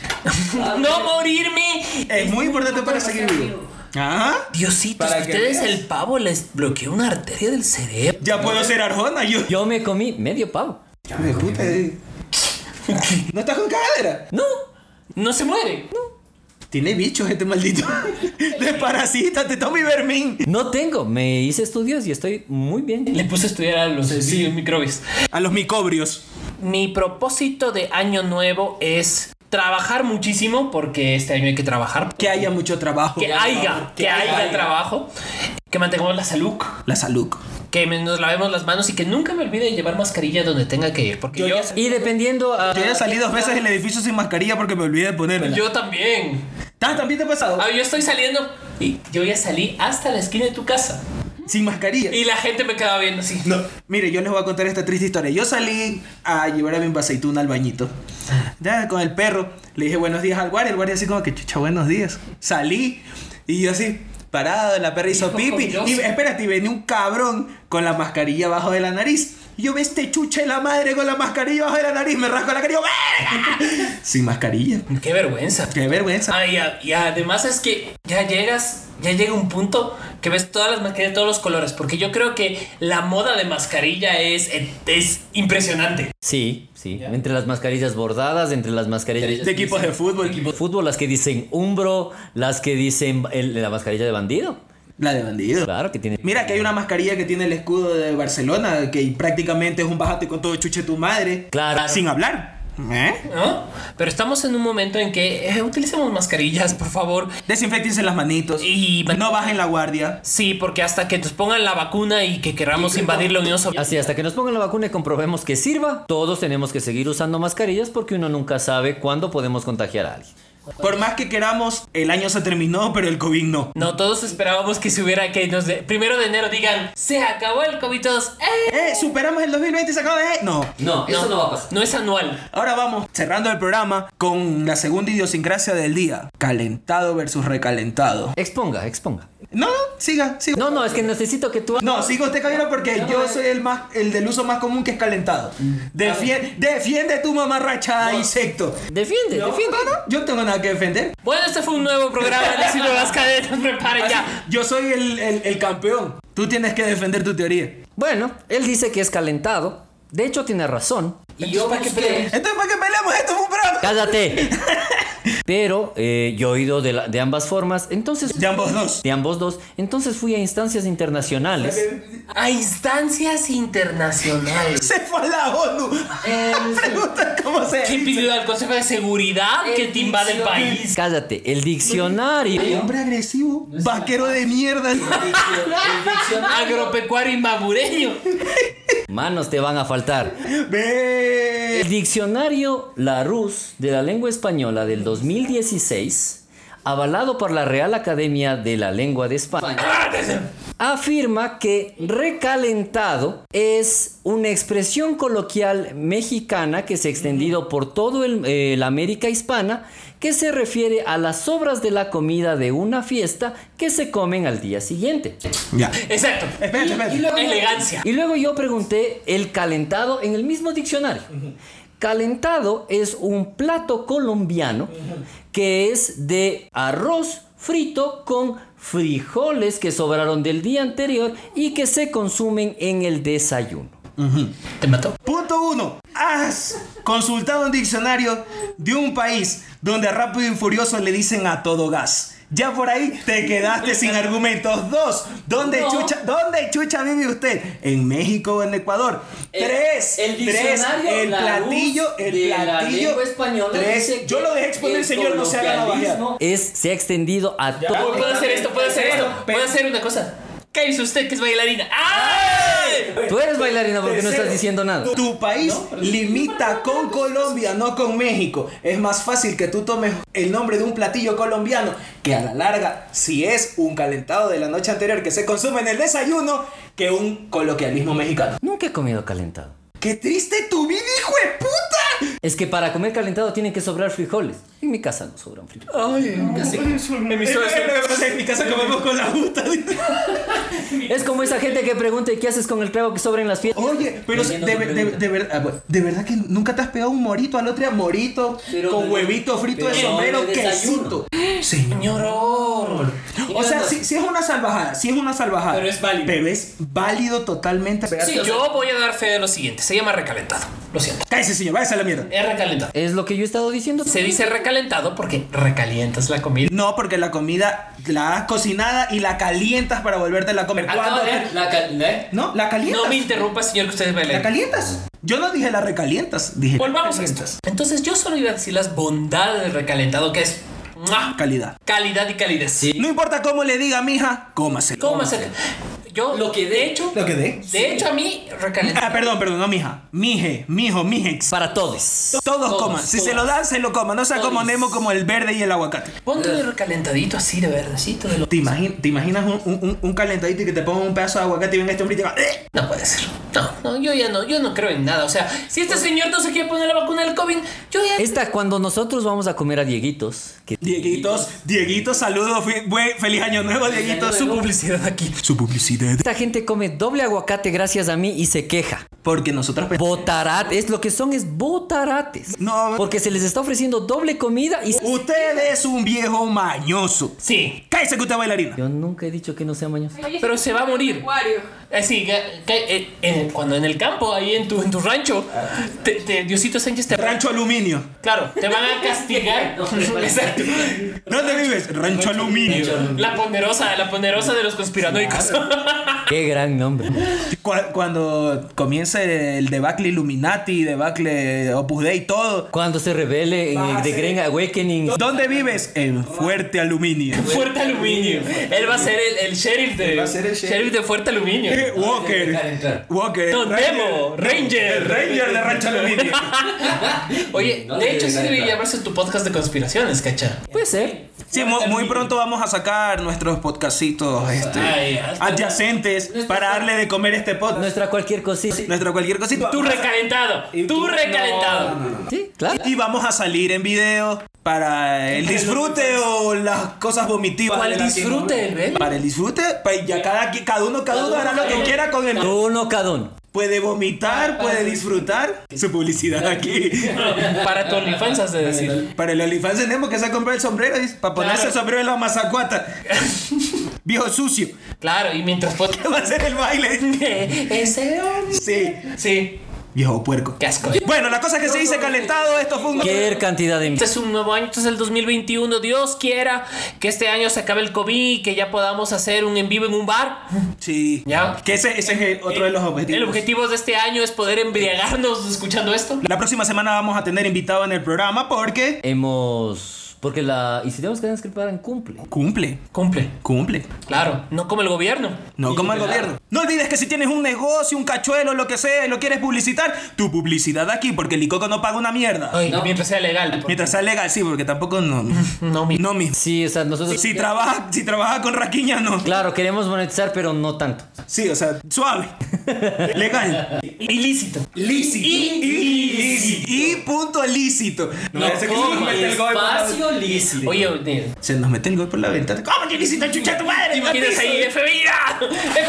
[SPEAKER 5] No morirme.
[SPEAKER 4] Es muy importante para seguir vivo. Ajá.
[SPEAKER 5] Diosito,
[SPEAKER 4] Para
[SPEAKER 5] si
[SPEAKER 4] que
[SPEAKER 5] ustedes
[SPEAKER 4] veas.
[SPEAKER 5] el pavo les bloqueó una arteria del cerebro.
[SPEAKER 4] Ya puedo ser Arjona, yo.
[SPEAKER 2] Yo me comí medio pavo.
[SPEAKER 4] Hijo de puta, eh. ¿No estás con cadera?
[SPEAKER 2] No.
[SPEAKER 5] No se muere.
[SPEAKER 4] Tiene bichos este maldito. Desparasítate, Tommy Vermin.
[SPEAKER 2] No tengo, me hice estudios y estoy muy bien.
[SPEAKER 5] Le puse a estudiar a los microbios.
[SPEAKER 4] A los micobrios.
[SPEAKER 5] Mi propósito de año nuevo es trabajar muchísimo, porque este año hay que trabajar.
[SPEAKER 4] Que haya mucho trabajo.
[SPEAKER 5] Que haya, que haya trabajo. Que mantengamos la salud,
[SPEAKER 4] La salud.
[SPEAKER 5] que me- nos lavemos las manos y que nunca me olvide de llevar mascarilla donde tenga que ir. Porque
[SPEAKER 4] Yo
[SPEAKER 5] yo,
[SPEAKER 4] ya sé.
[SPEAKER 2] Y dependiendo a...
[SPEAKER 4] Yo ya salí dos veces del edificio sin mascarilla porque me olvidé de ponérmela.
[SPEAKER 5] yo también.
[SPEAKER 4] ¿Tan- ¿También te ha pasado?
[SPEAKER 5] Ah, yo estoy saliendo y yo ya salí hasta la esquina de tu casa.
[SPEAKER 4] Sin mascarilla.
[SPEAKER 5] Y la gente me quedaba viendo así.
[SPEAKER 4] No, mire, yo les voy a contar esta triste historia. Yo salí a llevar a mi aceituna al bañito. Ya, con el perro. Le dije buenos días al guardia. El guardia así como que, chucha, buenos días. Salí y yo así, parado, la perra hizo
[SPEAKER 5] Hijo
[SPEAKER 4] pipi.
[SPEAKER 5] curioso.
[SPEAKER 4] Y espérate, y venía un cabrón con la mascarilla abajo de la nariz. Y yo ve este chucha de la madre con la mascarilla abajo de la nariz. Me rasco la cara y yo, "Verga". Sin mascarilla.
[SPEAKER 5] Qué vergüenza.
[SPEAKER 4] Qué vergüenza.
[SPEAKER 5] Ah, y, a- y además es que ya llegas, ya llega un punto que ves todas las mascarillas de todos los colores, porque yo creo que la moda de mascarilla es, es impresionante.
[SPEAKER 2] Sí, sí. Entre las mascarillas bordadas, entre las mascarillas...
[SPEAKER 4] De equipos de fútbol.
[SPEAKER 2] fútbol, las que dicen umbro, las que dicen el- la mascarilla de bandido.
[SPEAKER 4] La de bandido.
[SPEAKER 2] Claro que tiene...
[SPEAKER 4] Mira que hay una mascarilla que tiene el escudo de Barcelona, que prácticamente es un bajate con todo chuche tu madre.
[SPEAKER 2] Claro.
[SPEAKER 4] Sin hablar. ¿Eh?
[SPEAKER 5] ¿no? Pero estamos en un momento en que eh, utilicemos mascarillas, por favor.
[SPEAKER 4] Desinfectense las manitos.
[SPEAKER 5] Y
[SPEAKER 4] No bajen la guardia.
[SPEAKER 5] Sí, porque hasta que nos pongan la vacuna y que queramos invadir la Unión Soviética.
[SPEAKER 2] Así, hasta que nos pongan la vacuna y comprobemos que sirva, todos tenemos que seguir usando mascarillas porque uno nunca sabe cuándo podemos contagiar a alguien.
[SPEAKER 4] Por más que queramos, el año se terminó, pero el COVID no.
[SPEAKER 5] No, todos esperábamos que se hubiera que nos de- primero de enero digan se acabó el COVID todos. ¡eh!
[SPEAKER 4] Eh, superamos el 2020 y se acabó de... No.
[SPEAKER 2] No, eso no va a pasar.
[SPEAKER 5] No es anual.
[SPEAKER 4] Ahora vamos cerrando el programa con la segunda idiosincrasia del día. Calentado versus recalentado.
[SPEAKER 2] Exponga, exponga.
[SPEAKER 4] No, no, siga, siga.
[SPEAKER 2] No, no, es que necesito que tú...
[SPEAKER 4] No, siga usted caballero porque yo soy el más el del uso más común que es calentado.
[SPEAKER 5] Mm.
[SPEAKER 4] Defie- defiende tu mamarrachada insecto.
[SPEAKER 2] Defiende, defiende.
[SPEAKER 4] No, no, yo no tengo nada que defender.
[SPEAKER 5] Bueno, este fue un nuevo programa de las nuevas cadenas. Preparen ya.
[SPEAKER 4] Yo soy el, el- el campeón. Tú tienes que defender tu teoría.
[SPEAKER 2] Bueno, él dice que es calentado. De hecho, tiene razón. Y yo busqué...
[SPEAKER 4] Entonces, ¿para qué peleamos? Esto fue un programa.
[SPEAKER 2] ¡Cállate! Pero eh, yo he oído de, la- de ambas formas. Entonces...
[SPEAKER 4] De ambos dos.
[SPEAKER 2] De ambos dos. Entonces fui a instancias internacionales.
[SPEAKER 5] A instancias internacionales.
[SPEAKER 4] Se fue a la ONU. Pregunta cómo se
[SPEAKER 5] ¿Qué
[SPEAKER 4] dice.
[SPEAKER 5] pidió al Consejo de Seguridad que te invade el país?
[SPEAKER 2] Cállate, el diccionario.
[SPEAKER 4] Hombre agresivo. Vaquero de mierda.
[SPEAKER 5] Agropecuario inmabureño.
[SPEAKER 2] Manos te van a faltar.
[SPEAKER 4] Ve.
[SPEAKER 2] El diccionario Larousse de la lengua española del 2016, avalado por la Real Academia de la Lengua de España, afirma que recalentado es una expresión coloquial mexicana que se ha extendido por todo el, eh, la América hispana que se refiere a las sobras de la comida de una fiesta que se comen al día siguiente.
[SPEAKER 4] Ya.
[SPEAKER 5] Exacto.
[SPEAKER 4] Espérate, espérate.
[SPEAKER 5] Elegancia.
[SPEAKER 2] Y luego yo pregunté el calentado en el mismo diccionario. Calentado es un plato colombiano que es de arroz frito con frijoles que sobraron del día anterior y que se consumen en el desayuno.
[SPEAKER 5] Te mató.
[SPEAKER 4] Punto uno. Has consultado un diccionario de un país donde a rápido y furioso le dicen a todo gas. Ya por ahí te quedaste sin argumentos. Dos. ¿Dónde, chucha, ¿Dónde chucha vive usted? ¿En México o en Ecuador? tres.
[SPEAKER 2] el
[SPEAKER 4] tres.
[SPEAKER 2] diccionario
[SPEAKER 4] El
[SPEAKER 2] Larousse
[SPEAKER 4] platillo. El
[SPEAKER 2] de la
[SPEAKER 4] platillo.
[SPEAKER 2] lengua española dice
[SPEAKER 4] tres. Yo
[SPEAKER 2] que
[SPEAKER 4] lo dejé exponer,
[SPEAKER 2] el
[SPEAKER 4] señor. No se haga la bajada.
[SPEAKER 2] coloquialismo es se ha extendido a todo.
[SPEAKER 5] Puedo hacer esto, puedo hacer esto.
[SPEAKER 4] Pero-
[SPEAKER 5] Puedo hacer una cosa. Cállese usted que es bailarina. ¡Ay!
[SPEAKER 2] Tú eres bailarina porque no
[SPEAKER 4] Tercero,
[SPEAKER 2] estás diciendo nada.
[SPEAKER 4] Tu país limita con Colombia, no con México. Es más fácil que tú tomes el nombre de un platillo colombiano, que a la larga, si es un calentado de la noche anterior que se consume en el desayuno, que un coloquialismo mexicano.
[SPEAKER 2] Nunca he comido calentado.
[SPEAKER 4] ¡Qué triste tu vida, hijo de puta!
[SPEAKER 2] Es que para comer calentado tienen que sobrar frijoles. En mi casa no sobran frijoles.
[SPEAKER 4] En mi, casa comemos con la justa.
[SPEAKER 2] Es como esa gente que pregunta ¿y qué haces con el clavo que sobra en las fiestas?
[SPEAKER 4] Oye, pero de,
[SPEAKER 2] Leyendo
[SPEAKER 4] de,
[SPEAKER 2] tu
[SPEAKER 4] de,
[SPEAKER 2] pregunta.
[SPEAKER 4] de ver- ah, bueno, de verdad que nunca te has pegado un morito al otro día, morito,
[SPEAKER 2] Pero
[SPEAKER 4] con
[SPEAKER 2] de-
[SPEAKER 4] huevito frito de
[SPEAKER 2] pero de
[SPEAKER 4] sombrero,
[SPEAKER 2] desayuno.
[SPEAKER 4] quesito. Señor.
[SPEAKER 5] Imagínate.
[SPEAKER 4] O sea, sí, sí es una salvajada, sí es una salvajada.
[SPEAKER 8] Pero es válido.
[SPEAKER 4] Pero es válido totalmente.
[SPEAKER 5] Sí, yo voy a dar fe de lo siguiente. Se llama recalentado. Lo siento.
[SPEAKER 4] Cállese, señor, váyase a la mierda.
[SPEAKER 5] Es recalentado.
[SPEAKER 2] Es lo que yo he estado diciendo.
[SPEAKER 5] Se dice recalentado porque recalientas la comida.
[SPEAKER 4] No, porque la comida la has cocinada y la calientas para volverte a comer.
[SPEAKER 8] Acabo
[SPEAKER 4] Cuando-
[SPEAKER 8] de ver la calidad.
[SPEAKER 4] No, la calientas.
[SPEAKER 5] No me interrumpa, señor, que ustedes me
[SPEAKER 4] la
[SPEAKER 5] leen.
[SPEAKER 4] calientas. Yo no dije la recalientas, dije.
[SPEAKER 5] Volvamos a esto. Entonces, yo solo iba a decir las bondades del recalentado, que es ¡mua!
[SPEAKER 4] Calidad.
[SPEAKER 5] calidad y calidez.
[SPEAKER 4] No importa cómo le diga, mija, cómaselo.
[SPEAKER 5] ¿Cómo hacer? Yo,
[SPEAKER 8] Lo que de hecho.
[SPEAKER 4] Lo que dé.
[SPEAKER 5] de hecho, a mí, recalentado.
[SPEAKER 4] Ah, perdón, perdón, no, mija. Mije, mijo, mijex.
[SPEAKER 2] Para todos.
[SPEAKER 4] Todos, coman. Si se lo dan, se lo coman. No sea como Nemo, como el verde y el aguacate.
[SPEAKER 5] Ponte un recalentadito así de verdecito de lo.
[SPEAKER 4] ¿Te, imagi- te imaginas un, un- un- un calentadito y que te pongan un pedazo de aguacate y ven este hombre y te va. "Eh".
[SPEAKER 5] No puede ser. No, no, yo ya no, yo no creo en nada. O sea, si este señor no se quiere poner la vacuna del COVID, yo ya.
[SPEAKER 2] Esta, cuando nosotros vamos a comer a Dieguitos, que
[SPEAKER 4] Dieguitos, Dieguitos, saludos. fe- buen- feliz año nuevo, Dieguitos. Su publicidad.
[SPEAKER 5] aquí.
[SPEAKER 4] Su publicidad.
[SPEAKER 2] esta gente come doble aguacate gracias a mí y se queja.
[SPEAKER 4] Porque nosotros pensamos.
[SPEAKER 2] Botarate, es lo que son es botarates.
[SPEAKER 4] No.
[SPEAKER 2] Porque se les está ofreciendo doble comida y...
[SPEAKER 4] Usted es un viejo mañoso.
[SPEAKER 5] Sí.
[SPEAKER 4] Cállese que usted es bailarina.
[SPEAKER 2] Yo nunca he dicho que no sea mañoso.
[SPEAKER 5] Pero se va a morir.
[SPEAKER 8] Acuario.
[SPEAKER 5] Así, ca- ca- eh, eh, cuando en el campo, ahí en tu, en tu rancho, te- te- Diosito Sánchez te
[SPEAKER 4] Ah. Rancho Aluminio.
[SPEAKER 5] Claro, te van a castigar. Exacto.
[SPEAKER 4] ¿Dónde vives? Rancho Aluminio.
[SPEAKER 5] La ponderosa, la ponderosa de los conspiranoicos.
[SPEAKER 2] Qué gran nombre.
[SPEAKER 4] Cu- Cuando comience el debacle Illuminati, debacle Opus Dei, todo.
[SPEAKER 2] Cuando se revele en
[SPEAKER 4] Ah,
[SPEAKER 2] el The Grand Awakening,
[SPEAKER 4] ¿Dónde vives? En Fuerte Aluminio.
[SPEAKER 5] Fuerte Aluminio. Él va a ser el, el sheriff de.
[SPEAKER 4] va a ser el sheriff.
[SPEAKER 5] de Fuerte Aluminio.
[SPEAKER 4] Eh, Walker.
[SPEAKER 8] Calentón.
[SPEAKER 4] Walker.
[SPEAKER 5] No,
[SPEAKER 4] Ranger.
[SPEAKER 5] Nemo, Ranger.
[SPEAKER 4] El Ranger de Rancho Aluminio.
[SPEAKER 5] Oye,
[SPEAKER 8] No
[SPEAKER 5] de
[SPEAKER 8] te
[SPEAKER 5] hecho, sí
[SPEAKER 8] digas
[SPEAKER 5] debería
[SPEAKER 8] nada.
[SPEAKER 5] llamarse tu podcast de conspiraciones, cacha.
[SPEAKER 2] puede ser.
[SPEAKER 4] Sí, mu- muy pronto vamos a sacar nuestros podcastitos este,
[SPEAKER 5] Ay, hasta-
[SPEAKER 4] adyacentes para darle de comer este podcast.
[SPEAKER 2] Nuestra cualquier cosita.
[SPEAKER 4] Nuestra cualquier cosita.
[SPEAKER 5] Tú recalentado. Tú recalentado.
[SPEAKER 2] Sí, claro.
[SPEAKER 4] Y vamos a salir en video para el disfrute o las cosas vomitivas.
[SPEAKER 5] ¿Cuál
[SPEAKER 4] de la
[SPEAKER 5] disfrute,
[SPEAKER 4] que-
[SPEAKER 5] el ver?
[SPEAKER 4] Para el disfrute, pues ya cada, qui- cada uno, cada uno hará lo que quiera con el...
[SPEAKER 2] Uno cada uno.
[SPEAKER 4] Puede vomitar, puede disfrutar. Su publicidad aquí.
[SPEAKER 5] Para tu OnlyFans has de decir.
[SPEAKER 4] Para el OnlyFans tenemos que se comprar el sombrero, dice, para ponerse
[SPEAKER 5] Claro.
[SPEAKER 4] el sombrero en la mazacuata. Viejo sucio.
[SPEAKER 5] Claro, y mientras pod-
[SPEAKER 4] Va a ser el baile.
[SPEAKER 5] Ese hombre.
[SPEAKER 4] Sí.
[SPEAKER 5] Sí.
[SPEAKER 4] Viejo puerco.
[SPEAKER 5] Qué asco.
[SPEAKER 4] Bueno, la cosa es que se dice calentado, esto fue un...
[SPEAKER 2] Cualquier cantidad de...
[SPEAKER 5] Este es un nuevo año, este es el 2021. Dios quiera que este año se acabe el COVID y que ya podamos hacer un en vivo en un bar.
[SPEAKER 4] Sí.
[SPEAKER 5] Ya.
[SPEAKER 4] Que ese, ese es el- otro de los objetivos.
[SPEAKER 5] El objetivo de este año es poder embriagarnos escuchando esto.
[SPEAKER 4] La próxima semana vamos a tener invitado en el programa porque...
[SPEAKER 2] Hemos... Porque la... Y si tenemos que descriptar en cumple.
[SPEAKER 4] Cumple.
[SPEAKER 5] Cumple,
[SPEAKER 4] Cumple.
[SPEAKER 5] claro, no como el gobierno.
[SPEAKER 4] No como el gobierno. No olvides que si tienes un negocio, un cachuelo, lo que sea, y lo quieres publicitar, tu publicidad aquí, porque el Icoco no paga una mierda.
[SPEAKER 5] Ay, Mientras sea legal. por-
[SPEAKER 4] Mientras sea legal, sí, porque tampoco no...
[SPEAKER 5] No, mi.
[SPEAKER 4] No mismo.
[SPEAKER 2] Sí, o sea, nosotros...
[SPEAKER 4] Si trabaja, si trabaja con raquiña, no.
[SPEAKER 2] Claro, queremos monetizar, pero no tanto.
[SPEAKER 4] Sí, o sea, suave. Legal.
[SPEAKER 5] Ilícito.
[SPEAKER 4] Lícito. Y, punto lícito.
[SPEAKER 8] No,
[SPEAKER 4] Parece que
[SPEAKER 8] coma,
[SPEAKER 4] por la-
[SPEAKER 8] espacio lícito.
[SPEAKER 5] Oye, oye,
[SPEAKER 4] Se nos mete el gol por la ventana. ¿Cómo que lícito, chucha tu madre?
[SPEAKER 5] imaginas ahí FBI?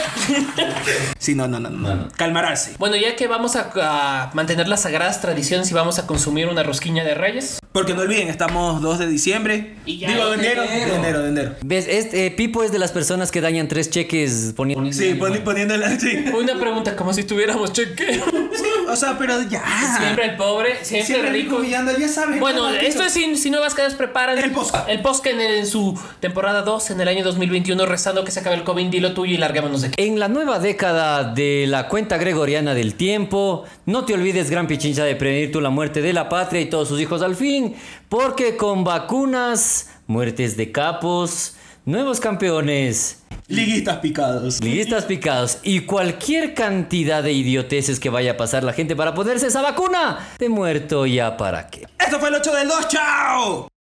[SPEAKER 4] Sí, no, no, no, no. Calmararse.
[SPEAKER 5] Bueno, ya que vamos a, a mantener las sagradas tradiciones y vamos a consumir una rosquilla de reyes.
[SPEAKER 4] Porque no olviden, estamos 2 de diciembre.
[SPEAKER 5] Y ya
[SPEAKER 4] Digo, de
[SPEAKER 5] es
[SPEAKER 4] enero.
[SPEAKER 8] enero.
[SPEAKER 4] De enero, de enero.
[SPEAKER 2] ¿Ves? Este, eh, Pipo es de las personas que dañan tres cheques poniendo...
[SPEAKER 4] Sí, poni- poniéndola sí.
[SPEAKER 5] Una pregunta, como si tuviéramos cheque.
[SPEAKER 4] Sí, O sea, pero ya.
[SPEAKER 5] Siempre el pobre, Ah. siempre,
[SPEAKER 4] Siempre
[SPEAKER 5] el rico.
[SPEAKER 4] humillando, ya sabes.
[SPEAKER 5] Bueno,
[SPEAKER 4] Maldito.
[SPEAKER 5] esto es si, si Nuevas Cadenas preparan
[SPEAKER 4] El posca.
[SPEAKER 5] el posca en, el- en su temporada 2 en el año 2021, rezando que se acabe el COVID, dilo tuyo y larguémonos de aquí.
[SPEAKER 2] En la nueva década de la cuenta gregoriana del tiempo, no te olvides, gran pichincha, de prevenir tú la muerte de la patria y todos sus hijos al fin, porque con vacunas, muertes de capos, nuevos campeones,
[SPEAKER 4] Liguistas picados.
[SPEAKER 2] liguistas picados y cualquier cantidad de idioteces que vaya a pasar la gente para ponerse esa vacuna, de muerto ya para qué.
[SPEAKER 4] Esto fue el 8 del 2. ¡Chao!